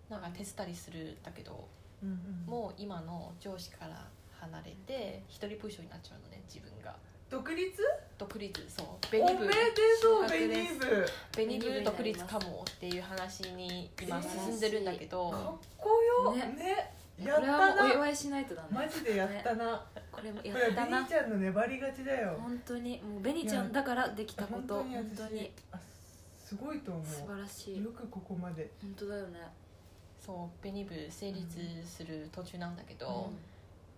[SPEAKER 2] うなんか手伝いするんだけど
[SPEAKER 3] うんうん
[SPEAKER 2] もう今の上司から離れて一人部署になっちゃうのね自分が
[SPEAKER 3] 独立
[SPEAKER 2] 独立そう
[SPEAKER 3] お
[SPEAKER 2] ベニ
[SPEAKER 3] め
[SPEAKER 2] ブ
[SPEAKER 3] でとう
[SPEAKER 2] 収
[SPEAKER 3] ベ
[SPEAKER 2] 穫
[SPEAKER 3] ニ
[SPEAKER 2] です
[SPEAKER 3] ブ
[SPEAKER 2] ベニブ独立かもっていう話に今進んでるんだけど、
[SPEAKER 3] かっこよね
[SPEAKER 1] ね
[SPEAKER 3] やっ
[SPEAKER 1] これは
[SPEAKER 3] た
[SPEAKER 1] もうお
[SPEAKER 3] な
[SPEAKER 1] 祝いしないとだ
[SPEAKER 3] マ
[SPEAKER 1] ね
[SPEAKER 3] ジでやったな、
[SPEAKER 1] これも
[SPEAKER 3] こ
[SPEAKER 1] や
[SPEAKER 3] れは
[SPEAKER 1] っ
[SPEAKER 3] ベ
[SPEAKER 1] た
[SPEAKER 3] ニ
[SPEAKER 1] な
[SPEAKER 3] ーちゃんの粘り勝ちだよ
[SPEAKER 1] 本当にもうベニちゃんだからできたこと
[SPEAKER 3] 本当に
[SPEAKER 1] 本
[SPEAKER 3] 私
[SPEAKER 1] 当に
[SPEAKER 3] あすごいと思
[SPEAKER 1] 素晴らし
[SPEAKER 3] う
[SPEAKER 1] い
[SPEAKER 3] よくここまで
[SPEAKER 1] 本当だよね
[SPEAKER 2] そうベニブ成立する途中なんだけど、
[SPEAKER 1] うん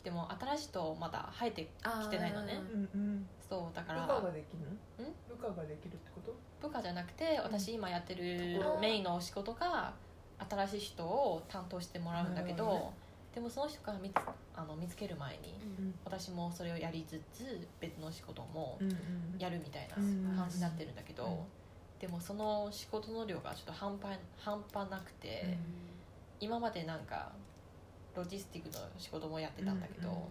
[SPEAKER 2] でも新しいとまだ生えて
[SPEAKER 1] あー
[SPEAKER 2] 来てないのね
[SPEAKER 3] うんうん
[SPEAKER 2] そうだか
[SPEAKER 3] 部
[SPEAKER 2] ら
[SPEAKER 3] 下ができるの部下ができるってこと
[SPEAKER 2] 部下じゃなくて私今やってる
[SPEAKER 1] ところ
[SPEAKER 2] メインの仕事が新しい人を担当してもらうんだけど、
[SPEAKER 3] なるほ
[SPEAKER 2] で
[SPEAKER 3] ど
[SPEAKER 2] もその人が見つあの見つける前に
[SPEAKER 1] うん
[SPEAKER 2] 私もそれをやりつつ別の仕事も
[SPEAKER 3] うんうん
[SPEAKER 2] やるみたいな
[SPEAKER 3] うん
[SPEAKER 2] 感じになってるんだけど、
[SPEAKER 3] うん
[SPEAKER 2] でもその仕事の量がちょっと半端半端なくて、
[SPEAKER 3] うん
[SPEAKER 2] 今までなんかロジスティックの仕事もやってたんだけど、
[SPEAKER 3] うんうん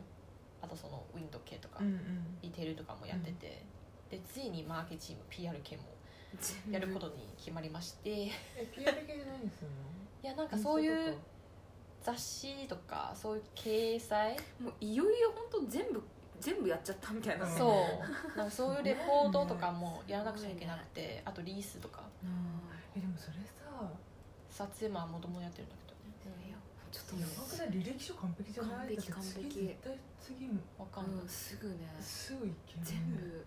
[SPEAKER 2] あとそのウィンドウ系とか、
[SPEAKER 3] うん
[SPEAKER 2] リテールとかもやってて、でついにマーケチーム PR 系も
[SPEAKER 1] うん
[SPEAKER 2] やることに決まりまして、い
[SPEAKER 3] え PR 系で何する
[SPEAKER 2] や なんか
[SPEAKER 3] の
[SPEAKER 2] そうい
[SPEAKER 3] イン
[SPEAKER 2] う
[SPEAKER 3] ス
[SPEAKER 2] 雑誌とかそういう掲載、
[SPEAKER 1] もういよいよ本当全部全部やっちゃったみたいな
[SPEAKER 3] うん
[SPEAKER 2] そうなんかそういうレポートとかもやらなくちゃいけなくてあとリースとか
[SPEAKER 1] うん
[SPEAKER 3] タとかえでもそれさ
[SPEAKER 2] 撮影まあもともやってるんだけどね
[SPEAKER 1] いやちょっと
[SPEAKER 3] やばくない履歴書完璧じゃな
[SPEAKER 1] 完璧
[SPEAKER 3] いだって
[SPEAKER 1] 完
[SPEAKER 3] 次
[SPEAKER 1] 璧
[SPEAKER 3] 絶対次も
[SPEAKER 2] わかんない、
[SPEAKER 1] うんすぐね
[SPEAKER 3] すぐ行ける
[SPEAKER 1] 全
[SPEAKER 3] ね
[SPEAKER 1] 部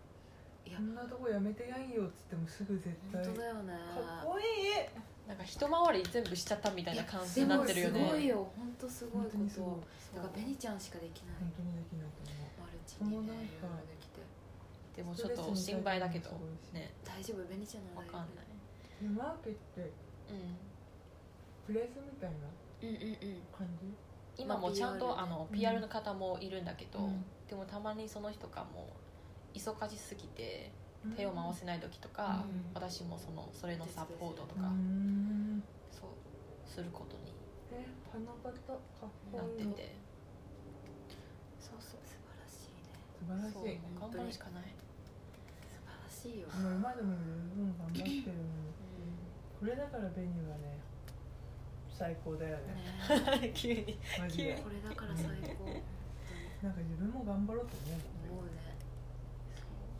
[SPEAKER 1] いや
[SPEAKER 3] こんなとこやめてやんよっつってもすぐ絶対
[SPEAKER 1] 本
[SPEAKER 3] か
[SPEAKER 1] 当だよね
[SPEAKER 3] っこいい
[SPEAKER 2] なんか一回り全部しちゃったみたいな感じになってる
[SPEAKER 1] い
[SPEAKER 2] よ
[SPEAKER 1] やすごい
[SPEAKER 2] ね
[SPEAKER 1] よ本当すごい
[SPEAKER 3] 本
[SPEAKER 1] こ
[SPEAKER 3] 当にすごい
[SPEAKER 1] とだからベニちゃんしかできない
[SPEAKER 3] 本当にできないと思う
[SPEAKER 1] マルチにねいろい
[SPEAKER 3] そうなんか
[SPEAKER 1] ろできて
[SPEAKER 2] でもちょっと心配だけど
[SPEAKER 3] ストレスに対
[SPEAKER 2] ね
[SPEAKER 1] 大丈夫ベニちゃんな
[SPEAKER 2] わ
[SPEAKER 1] ら
[SPEAKER 2] かんない
[SPEAKER 3] 応もすごいしマーケット
[SPEAKER 2] う
[SPEAKER 3] って
[SPEAKER 2] ん
[SPEAKER 3] プレスみたいな
[SPEAKER 1] うんうんうん
[SPEAKER 3] 感じ
[SPEAKER 2] 今もちゃんと、
[SPEAKER 1] まあ
[SPEAKER 2] あの
[SPEAKER 3] うん
[SPEAKER 2] PR の方もいるんだけど、
[SPEAKER 3] うん
[SPEAKER 2] でもたまにその人がもう忙しすぎて手を回せない時とか、
[SPEAKER 1] うん
[SPEAKER 2] 私もそのそれのサポートと
[SPEAKER 3] う
[SPEAKER 2] か、
[SPEAKER 3] ん
[SPEAKER 2] そうすることに
[SPEAKER 3] え花形かっこ
[SPEAKER 2] なっ
[SPEAKER 3] い
[SPEAKER 2] て
[SPEAKER 3] い
[SPEAKER 2] て、そうそう
[SPEAKER 1] 素晴らしいね
[SPEAKER 3] 素晴らし
[SPEAKER 2] そう
[SPEAKER 3] い
[SPEAKER 1] 本
[SPEAKER 2] 頑
[SPEAKER 1] 当に
[SPEAKER 2] 張るしかない、
[SPEAKER 1] 素晴らしいよ
[SPEAKER 3] もう今でも十分頑張ってるのにこれだからベニーはね最高だよね
[SPEAKER 1] ね
[SPEAKER 2] 急に
[SPEAKER 3] マジで
[SPEAKER 1] これだから最高本当に
[SPEAKER 3] なんか自分も頑張ろうと思う
[SPEAKER 1] 思
[SPEAKER 3] もん
[SPEAKER 1] う
[SPEAKER 3] ね
[SPEAKER 1] ね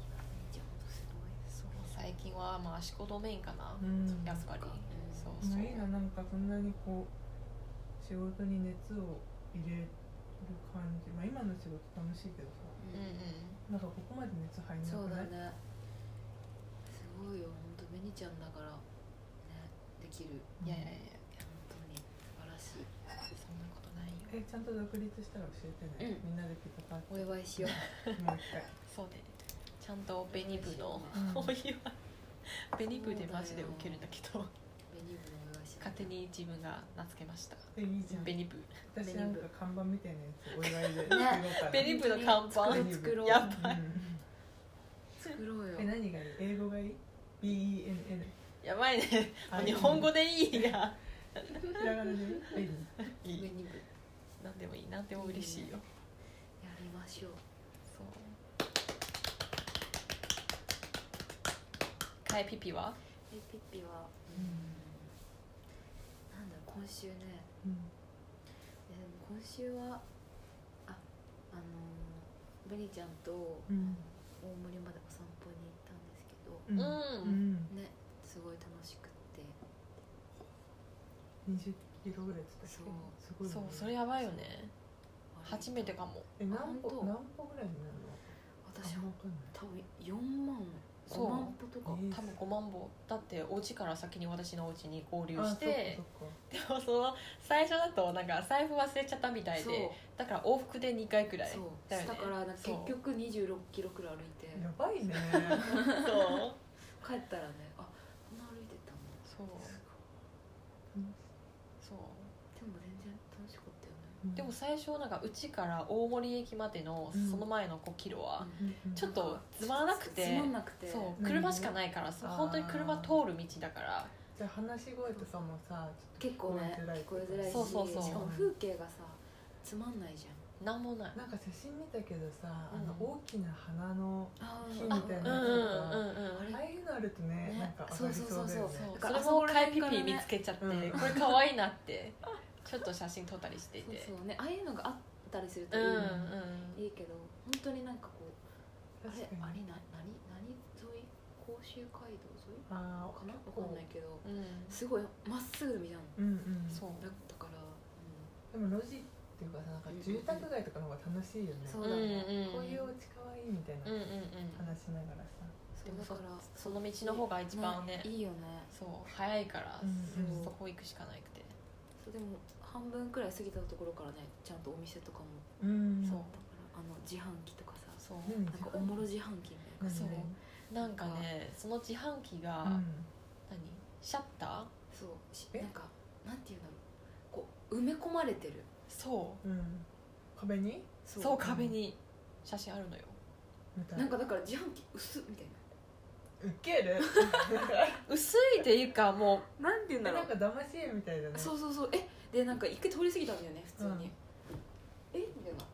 [SPEAKER 1] ベニちゃん本当すごい
[SPEAKER 2] そう最近はまあ仕事メインかな、
[SPEAKER 3] うん
[SPEAKER 2] やっぱり、
[SPEAKER 1] ん
[SPEAKER 2] そう
[SPEAKER 3] ま
[SPEAKER 2] そう、
[SPEAKER 3] あいいななんかそんなにこう仕事に熱を入れる感じまあ今の仕事楽しいけどさ
[SPEAKER 2] うんうん
[SPEAKER 3] なんかここまで熱入んな
[SPEAKER 1] そう
[SPEAKER 3] くな
[SPEAKER 1] だ
[SPEAKER 3] い
[SPEAKER 1] ねすごいよ本当ベニちゃんだからねできる
[SPEAKER 2] いやいやいやいや
[SPEAKER 1] 本当に素晴らしい
[SPEAKER 2] そんなことないよ
[SPEAKER 3] えちゃんと独立したら教えてね、
[SPEAKER 1] うん
[SPEAKER 3] みんなでピタパって
[SPEAKER 1] お祝いしよう
[SPEAKER 3] もう 一回
[SPEAKER 2] そうでちゃんとベニブの
[SPEAKER 3] うん
[SPEAKER 2] お祝いベニブでマジで受けるんだけど
[SPEAKER 1] ベニーブのお祝いしよう
[SPEAKER 2] 勝手に自分が名付けました
[SPEAKER 3] えいいじゃん
[SPEAKER 2] ベニブ
[SPEAKER 3] 私なんか看板みたいなやつお祝いで作ろうかな
[SPEAKER 2] ベニブの看板
[SPEAKER 1] 本当に作ろう作ろう
[SPEAKER 2] やば
[SPEAKER 3] うん
[SPEAKER 1] 作ろうよ
[SPEAKER 3] え何がいい英語がいい ?BENN
[SPEAKER 2] やばいね
[SPEAKER 3] あ
[SPEAKER 2] 日本語でいいや
[SPEAKER 3] ひらがなでベニー
[SPEAKER 2] い
[SPEAKER 1] ベ
[SPEAKER 2] い
[SPEAKER 1] ニーブ
[SPEAKER 2] 何でもいい何でも嬉しいよ
[SPEAKER 1] やりましょう
[SPEAKER 2] そうカエピピは
[SPEAKER 1] えピッピは
[SPEAKER 3] うん
[SPEAKER 1] なんだろう今週ね
[SPEAKER 3] うん
[SPEAKER 1] いやでも今週はああのーベニちゃんと
[SPEAKER 3] うん
[SPEAKER 1] 大森までお散歩に行ったんですけど
[SPEAKER 3] うん
[SPEAKER 2] うん
[SPEAKER 1] ねすごい楽しくって
[SPEAKER 3] うん20キロぐらいつったっけすごいね
[SPEAKER 2] そうそれやばいよね初めてかも
[SPEAKER 3] え何歩
[SPEAKER 1] あ本当
[SPEAKER 3] 何歩ぐらいになるの
[SPEAKER 1] 私
[SPEAKER 3] あんま
[SPEAKER 1] は
[SPEAKER 3] わかんない
[SPEAKER 1] 多分4万
[SPEAKER 2] そう
[SPEAKER 1] 5万歩とか
[SPEAKER 3] えー
[SPEAKER 2] 多分5万歩だってお家から先に私のお家に合流
[SPEAKER 3] あ
[SPEAKER 2] して
[SPEAKER 3] そっかそっか
[SPEAKER 2] でもその最初だとなんか財布忘れちゃったみたい
[SPEAKER 1] そう
[SPEAKER 2] でだから往復で2回くらい
[SPEAKER 1] そう
[SPEAKER 2] だよね
[SPEAKER 1] だからなんか結
[SPEAKER 2] そう
[SPEAKER 1] 局26キロくらい歩いて
[SPEAKER 3] やば いね
[SPEAKER 2] そう
[SPEAKER 1] 帰ったらねあこんな歩いてたんだ
[SPEAKER 2] そうそう
[SPEAKER 1] でも全然楽しかったよね
[SPEAKER 2] でも最初なんかうちから大森駅までの
[SPEAKER 3] うん
[SPEAKER 2] その前の5キロは
[SPEAKER 1] うん
[SPEAKER 2] ちょっとつまらなくて
[SPEAKER 1] つまんなくて
[SPEAKER 2] そう
[SPEAKER 3] うん
[SPEAKER 2] 車しかないからそう
[SPEAKER 3] あー
[SPEAKER 2] 本当に車通る道だから
[SPEAKER 3] じゃあ話し声とかもさちょっ
[SPEAKER 1] 結
[SPEAKER 3] と
[SPEAKER 1] 構ね聞
[SPEAKER 3] 聞
[SPEAKER 1] こ
[SPEAKER 3] こ
[SPEAKER 1] えづ
[SPEAKER 3] えづ
[SPEAKER 1] らい
[SPEAKER 3] らい
[SPEAKER 1] し
[SPEAKER 2] そうそうそう
[SPEAKER 1] しかも風景がさつまんないじゃ
[SPEAKER 2] なんもない
[SPEAKER 3] なんか写真見たけどさ、
[SPEAKER 1] うん
[SPEAKER 3] あの大きな花の
[SPEAKER 1] んあ
[SPEAKER 3] 木
[SPEAKER 1] ー
[SPEAKER 3] み
[SPEAKER 2] あ
[SPEAKER 3] たい
[SPEAKER 2] うん
[SPEAKER 3] な
[SPEAKER 2] う
[SPEAKER 3] や
[SPEAKER 2] んう
[SPEAKER 3] つ
[SPEAKER 2] ん
[SPEAKER 3] とか
[SPEAKER 2] う
[SPEAKER 1] あれ
[SPEAKER 2] ん
[SPEAKER 3] ああいうのあるとね
[SPEAKER 1] ね
[SPEAKER 3] なんか上がりそうだよね
[SPEAKER 1] そう
[SPEAKER 2] そ
[SPEAKER 1] だ
[SPEAKER 2] う
[SPEAKER 1] から
[SPEAKER 2] それ
[SPEAKER 1] あそ
[SPEAKER 2] も
[SPEAKER 1] こら
[SPEAKER 2] カイ
[SPEAKER 1] 辺
[SPEAKER 2] ピ
[SPEAKER 1] からね
[SPEAKER 2] ピ見つけちゃって、
[SPEAKER 3] うん
[SPEAKER 2] これ可愛いなってちょっと写真撮ったりしてい
[SPEAKER 1] そう
[SPEAKER 2] て
[SPEAKER 1] そうねああいうのがあったりすると
[SPEAKER 2] う
[SPEAKER 1] いい,、
[SPEAKER 2] んうん
[SPEAKER 1] いいけど本当になんかこうあれ
[SPEAKER 3] 確か
[SPEAKER 1] あれ
[SPEAKER 3] に
[SPEAKER 1] な何何沿い甲州街道沿い
[SPEAKER 3] あ
[SPEAKER 1] かなわかんないけど
[SPEAKER 2] うん
[SPEAKER 1] すごいまっすぐ見たの
[SPEAKER 3] うんうん
[SPEAKER 2] そう
[SPEAKER 1] だったから、う
[SPEAKER 3] でも路地っていうかさなんか住宅街とかの方が楽しいよね、
[SPEAKER 1] そううん
[SPEAKER 2] うんうん
[SPEAKER 3] こういうお家かわいいみたい
[SPEAKER 2] うんう
[SPEAKER 3] な
[SPEAKER 2] う
[SPEAKER 3] ん
[SPEAKER 2] ん
[SPEAKER 3] 話しながらさ、
[SPEAKER 2] で
[SPEAKER 1] ん、
[SPEAKER 2] も
[SPEAKER 1] そう
[SPEAKER 2] そ
[SPEAKER 1] だから
[SPEAKER 2] その道の方が一番ね
[SPEAKER 1] いいよね
[SPEAKER 2] そう早いから、
[SPEAKER 3] うん
[SPEAKER 1] うん
[SPEAKER 2] そこ行くしかなくて
[SPEAKER 1] そうでも半分くらい過ぎたところからねちゃんとお店とかも
[SPEAKER 3] うん
[SPEAKER 1] だ
[SPEAKER 2] そう
[SPEAKER 1] からあの自販機とかさ
[SPEAKER 2] そう、
[SPEAKER 3] うん
[SPEAKER 1] なんかおもろ自販機みたいな
[SPEAKER 3] 何
[SPEAKER 2] そうな
[SPEAKER 3] 何
[SPEAKER 2] んかねその自販機が、
[SPEAKER 3] うん
[SPEAKER 2] 何シャッター
[SPEAKER 1] そうし
[SPEAKER 3] え
[SPEAKER 1] なんかなんていうんだろうこう埋め込まれてる
[SPEAKER 2] そう
[SPEAKER 3] うん壁に
[SPEAKER 1] そ
[SPEAKER 2] そう壁に写真あるのよ
[SPEAKER 3] みたい
[SPEAKER 1] なんかだから自販機薄っみたい
[SPEAKER 3] ウケる
[SPEAKER 2] 薄いっていうかも
[SPEAKER 1] ななんていうん
[SPEAKER 3] なんか騙し絵みたいだね
[SPEAKER 1] そうそうそうえでなんか一回通り過ぎたんだよね普通に、
[SPEAKER 3] うん
[SPEAKER 1] えみたいな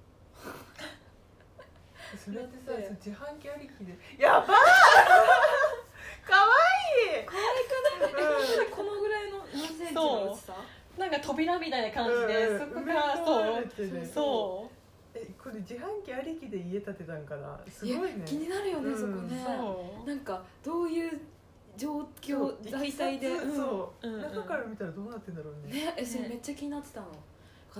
[SPEAKER 3] それってさ
[SPEAKER 1] だって
[SPEAKER 3] 自販機ありきでやばー かわいい
[SPEAKER 1] 可愛くない、えこのぐらいの何センチの薄さ
[SPEAKER 2] うなんか扉みたいな感じで、
[SPEAKER 3] うんうん
[SPEAKER 2] そこからそう
[SPEAKER 3] 埋め込まれてる
[SPEAKER 2] そう
[SPEAKER 3] えこれ自販機ありきで家建てたんかなすごいね
[SPEAKER 1] や気になるよね、
[SPEAKER 3] うん
[SPEAKER 1] そこね
[SPEAKER 2] そう
[SPEAKER 1] なんかどういう状
[SPEAKER 3] そ
[SPEAKER 1] 況
[SPEAKER 3] う
[SPEAKER 1] 大体で、
[SPEAKER 3] いきさつ
[SPEAKER 1] うん
[SPEAKER 3] そう、
[SPEAKER 2] うんうん
[SPEAKER 3] 中から見たらどうなってんだろうね
[SPEAKER 1] ねえそれ
[SPEAKER 2] ね
[SPEAKER 1] めっちゃ気になってたの、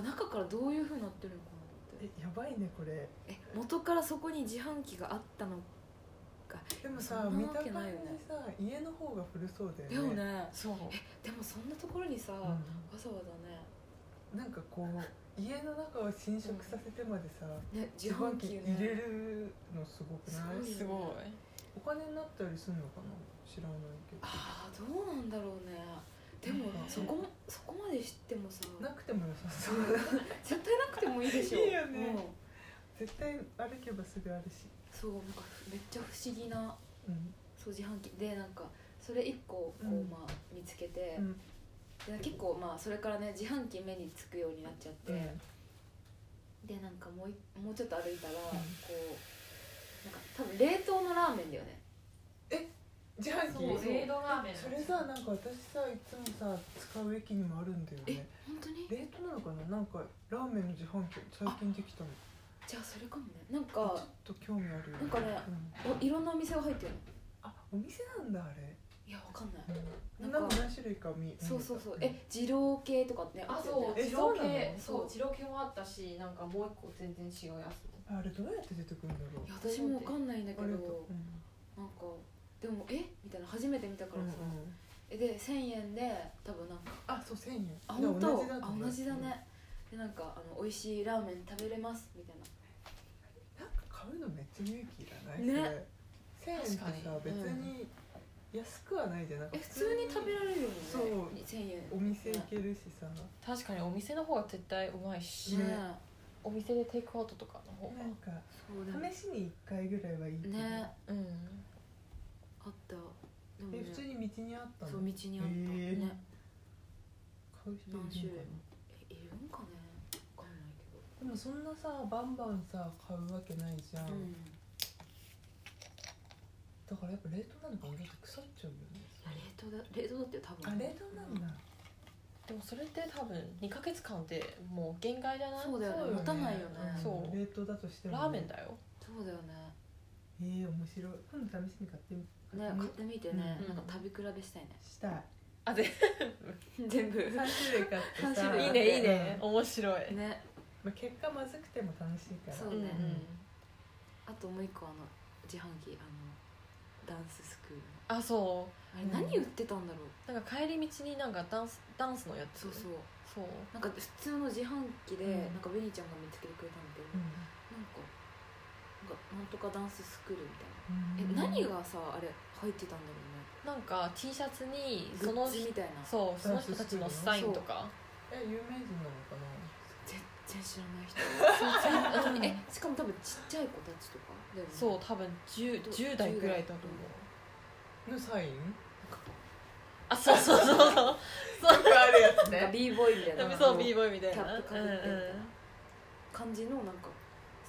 [SPEAKER 1] 中からどういうふうになってるのかなって
[SPEAKER 3] えやばいねこれ
[SPEAKER 1] え元からそこに自販機があったの
[SPEAKER 3] でも
[SPEAKER 1] そ
[SPEAKER 3] さ
[SPEAKER 1] ん
[SPEAKER 3] 見
[SPEAKER 1] なわ
[SPEAKER 3] た
[SPEAKER 1] け
[SPEAKER 3] 感じ
[SPEAKER 1] ないよね
[SPEAKER 3] さ家の方が古そうだよ
[SPEAKER 1] だ
[SPEAKER 3] ね
[SPEAKER 1] よね
[SPEAKER 2] そう
[SPEAKER 1] でもそんなところにさ、
[SPEAKER 3] う
[SPEAKER 1] わ
[SPEAKER 3] ん
[SPEAKER 1] ざわ
[SPEAKER 3] なんかこう家の中を侵食させてまでさ、
[SPEAKER 1] ざねね自
[SPEAKER 3] 自販
[SPEAKER 1] 販
[SPEAKER 3] 機
[SPEAKER 1] 機
[SPEAKER 3] 入
[SPEAKER 1] ね
[SPEAKER 3] れるのすごくな
[SPEAKER 1] すご
[SPEAKER 3] い
[SPEAKER 1] い
[SPEAKER 2] すごい
[SPEAKER 3] お金になったりするのかな知らないけど
[SPEAKER 1] ああどうなんだろうねでも
[SPEAKER 3] うん
[SPEAKER 1] そこもそこまで知ってもさ
[SPEAKER 3] なくても良 さそう
[SPEAKER 1] 絶対なくてもいいでしょ
[SPEAKER 3] いいよね
[SPEAKER 1] うん
[SPEAKER 3] 絶対歩けばすぐあるし
[SPEAKER 1] そうなんかめっちゃ不思議な
[SPEAKER 3] うん
[SPEAKER 1] そう自販機でなんかそれ一個こう、
[SPEAKER 3] うん
[SPEAKER 1] まあ、見つけて
[SPEAKER 3] う、ん
[SPEAKER 1] で結構まあそれからね自販機目につくようになっちゃって、
[SPEAKER 3] うん
[SPEAKER 1] でなんかもういもうちょっと歩いたら、こうなんか多分冷凍のラーメンだよね
[SPEAKER 3] 自販
[SPEAKER 1] そう
[SPEAKER 3] 機
[SPEAKER 1] 冷
[SPEAKER 2] 凍ラーメ
[SPEAKER 3] それさなんか私さいつもさ使う駅にもあるんだよね
[SPEAKER 1] 本当に
[SPEAKER 3] 冷凍なのかななんかラーメンの自販機最近できたの
[SPEAKER 1] じゃあそれかもねなん
[SPEAKER 3] ちょ
[SPEAKER 1] か
[SPEAKER 3] っと興味あるよ
[SPEAKER 1] なんかねお
[SPEAKER 3] うん
[SPEAKER 1] いろんなお店が入ってるの
[SPEAKER 3] あお店なんだあれ
[SPEAKER 1] いやわかんない、
[SPEAKER 3] う
[SPEAKER 1] な
[SPEAKER 3] んなんん
[SPEAKER 1] か
[SPEAKER 3] か何種類か見見れた
[SPEAKER 1] そうそうそう、
[SPEAKER 3] ん
[SPEAKER 1] え二郎系とかね
[SPEAKER 2] あ
[SPEAKER 1] ったよ
[SPEAKER 2] そう
[SPEAKER 1] ね
[SPEAKER 3] え
[SPEAKER 2] 二郎
[SPEAKER 3] そうな
[SPEAKER 2] 系
[SPEAKER 3] の
[SPEAKER 2] そう二郎系もあったしなんかもう一個全然違うやつも
[SPEAKER 3] あれどうやって出てくるんだろう
[SPEAKER 1] いや私もわかんないんだけ
[SPEAKER 3] あ
[SPEAKER 1] ど
[SPEAKER 3] れ
[SPEAKER 1] なん
[SPEAKER 3] だ
[SPEAKER 1] かで
[SPEAKER 3] うん
[SPEAKER 1] もえみたいな初めて見たか
[SPEAKER 3] う
[SPEAKER 1] ら
[SPEAKER 3] んう
[SPEAKER 1] さ、
[SPEAKER 3] ん
[SPEAKER 1] えで1000円で多分なんか
[SPEAKER 3] あそう1000円
[SPEAKER 1] あ本当
[SPEAKER 3] ね
[SPEAKER 1] あ同じだね、でなんかあの美味しいラーメン食べれますみたいな
[SPEAKER 3] なんか買うのめっちゃ勇気いらない
[SPEAKER 1] ね
[SPEAKER 3] それ1000円って
[SPEAKER 2] 確か
[SPEAKER 3] さ
[SPEAKER 2] に
[SPEAKER 3] 別に安くはないじゃんなんか
[SPEAKER 1] え普通に食べられるよね
[SPEAKER 3] そう
[SPEAKER 1] 2000円
[SPEAKER 3] お店行けるしさ
[SPEAKER 2] 確かにお店の方が絶対うまいし、
[SPEAKER 1] ね
[SPEAKER 2] お店でテイクアウトとかの方が
[SPEAKER 3] なんか
[SPEAKER 1] そうでも
[SPEAKER 3] 試しに1回ぐらいはいいけど
[SPEAKER 1] ね
[SPEAKER 2] うん
[SPEAKER 1] あったでも、
[SPEAKER 3] え
[SPEAKER 1] ね、
[SPEAKER 3] 普通に道にあったの
[SPEAKER 1] そう道にあった、
[SPEAKER 3] へえ
[SPEAKER 1] ね
[SPEAKER 3] 買う人いるの
[SPEAKER 1] 何
[SPEAKER 3] か
[SPEAKER 1] 種類も
[SPEAKER 3] な
[SPEAKER 1] えいるんかねわかんないけど
[SPEAKER 3] でもそんなさバンバンさ買うわけないじゃん、
[SPEAKER 1] うん
[SPEAKER 3] だからやっぱ冷凍なのか俺だって腐っちゃうよね
[SPEAKER 1] いや冷凍だ冷凍だってよ多
[SPEAKER 3] あ
[SPEAKER 1] 分
[SPEAKER 3] 冷凍なんだ、
[SPEAKER 2] でもそれって多分2ヶ月間でもう限界じゃない
[SPEAKER 1] そうだよね
[SPEAKER 3] そうよね
[SPEAKER 1] 持たないよね
[SPEAKER 2] そう
[SPEAKER 3] 冷凍だとしても
[SPEAKER 2] ラーメンだよ
[SPEAKER 1] そうだよね
[SPEAKER 3] えー、面白い今度試しに買ってみ
[SPEAKER 1] ね買ってみてね、
[SPEAKER 2] うん
[SPEAKER 1] なんか食べ比べしたいね
[SPEAKER 3] したい
[SPEAKER 2] あで
[SPEAKER 1] 全 部
[SPEAKER 3] 3種類買ってさ
[SPEAKER 1] 三種類
[SPEAKER 2] いいねいいね、
[SPEAKER 3] うん
[SPEAKER 2] 面白い、
[SPEAKER 1] ね
[SPEAKER 3] まあ、結果まずくても楽しいから
[SPEAKER 1] そう
[SPEAKER 2] うんうん
[SPEAKER 1] ねあともう一個あの自販機あのダンススクールの
[SPEAKER 2] あそう
[SPEAKER 1] あれ
[SPEAKER 3] うん
[SPEAKER 1] 何売ってたんだろう、
[SPEAKER 2] なんか帰り道になんかダンスダンスのやつ
[SPEAKER 1] そうそう
[SPEAKER 2] そう
[SPEAKER 1] なんか普通の自販機で、
[SPEAKER 3] うん
[SPEAKER 1] なんかベニちゃんが見つけてくれたんだけど、
[SPEAKER 3] うん
[SPEAKER 1] なんかなんかなんとかダンススクールみたいな
[SPEAKER 3] うん
[SPEAKER 1] え何がさあれ入ってたんだろう
[SPEAKER 2] なんか T シャツに
[SPEAKER 1] ね
[SPEAKER 2] そ
[SPEAKER 1] グ
[SPEAKER 2] の
[SPEAKER 1] ッズみたいな
[SPEAKER 2] そうその人たちのサインとか
[SPEAKER 3] え有名人なのかな
[SPEAKER 1] 全然知らない人
[SPEAKER 2] うん
[SPEAKER 1] えしかも多分ちっちゃい子たちとかだよね
[SPEAKER 2] そう多分 10, 10代ぐらいだと思う
[SPEAKER 3] のサイン
[SPEAKER 2] あそうそうそうそう
[SPEAKER 3] よくあるやつ
[SPEAKER 1] なんか b ボーイみたいな
[SPEAKER 2] そう b ボーイみたいな
[SPEAKER 1] キャップかぶってみたいな
[SPEAKER 2] うんうん
[SPEAKER 1] 感じのなんか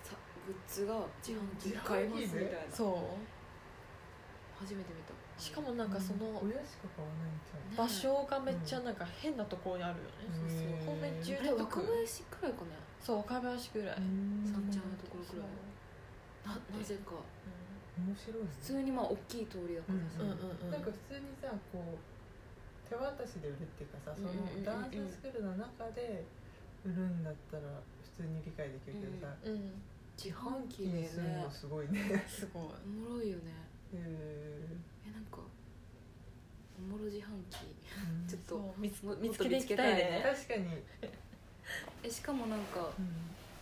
[SPEAKER 1] さグッズが自販機で買えますみたいな
[SPEAKER 2] そう
[SPEAKER 1] 初めて見た
[SPEAKER 2] しかもなんかその
[SPEAKER 3] 親しか買わないんちゃ
[SPEAKER 1] ね
[SPEAKER 2] 場所がめっちゃなんか変なところにあるよね、
[SPEAKER 1] そうそう
[SPEAKER 3] へー
[SPEAKER 2] ほんまに
[SPEAKER 1] あ
[SPEAKER 2] 住
[SPEAKER 1] れ
[SPEAKER 2] 宅
[SPEAKER 1] 若林くらいかね
[SPEAKER 2] そう若林ぐらい、
[SPEAKER 3] ううん
[SPEAKER 1] 三茶のところくらいな
[SPEAKER 2] だって
[SPEAKER 1] なぜか
[SPEAKER 3] 面白いね
[SPEAKER 1] 普通にまあ大きい通りだからさ、
[SPEAKER 2] そううんうんうん
[SPEAKER 3] なんか普通にさこう手渡しで売るっていうかさその
[SPEAKER 1] うんうんうんうん
[SPEAKER 3] ダンススクールの中で売るんだったら普通に理解できるけどさ、
[SPEAKER 2] うん
[SPEAKER 1] 自販
[SPEAKER 3] 気
[SPEAKER 1] 機で
[SPEAKER 3] にする
[SPEAKER 1] ね
[SPEAKER 3] のすごい ね
[SPEAKER 2] すごい
[SPEAKER 1] おもろいよね
[SPEAKER 3] へ
[SPEAKER 1] えなんかおもろ自販機
[SPEAKER 3] ー
[SPEAKER 1] ちょっ
[SPEAKER 2] そう
[SPEAKER 1] と
[SPEAKER 2] 見つ
[SPEAKER 1] もっと
[SPEAKER 2] 見つけていきたい
[SPEAKER 1] 見つけたい
[SPEAKER 2] ね
[SPEAKER 1] ね
[SPEAKER 3] 確かに、
[SPEAKER 1] えしかもなんか
[SPEAKER 3] うん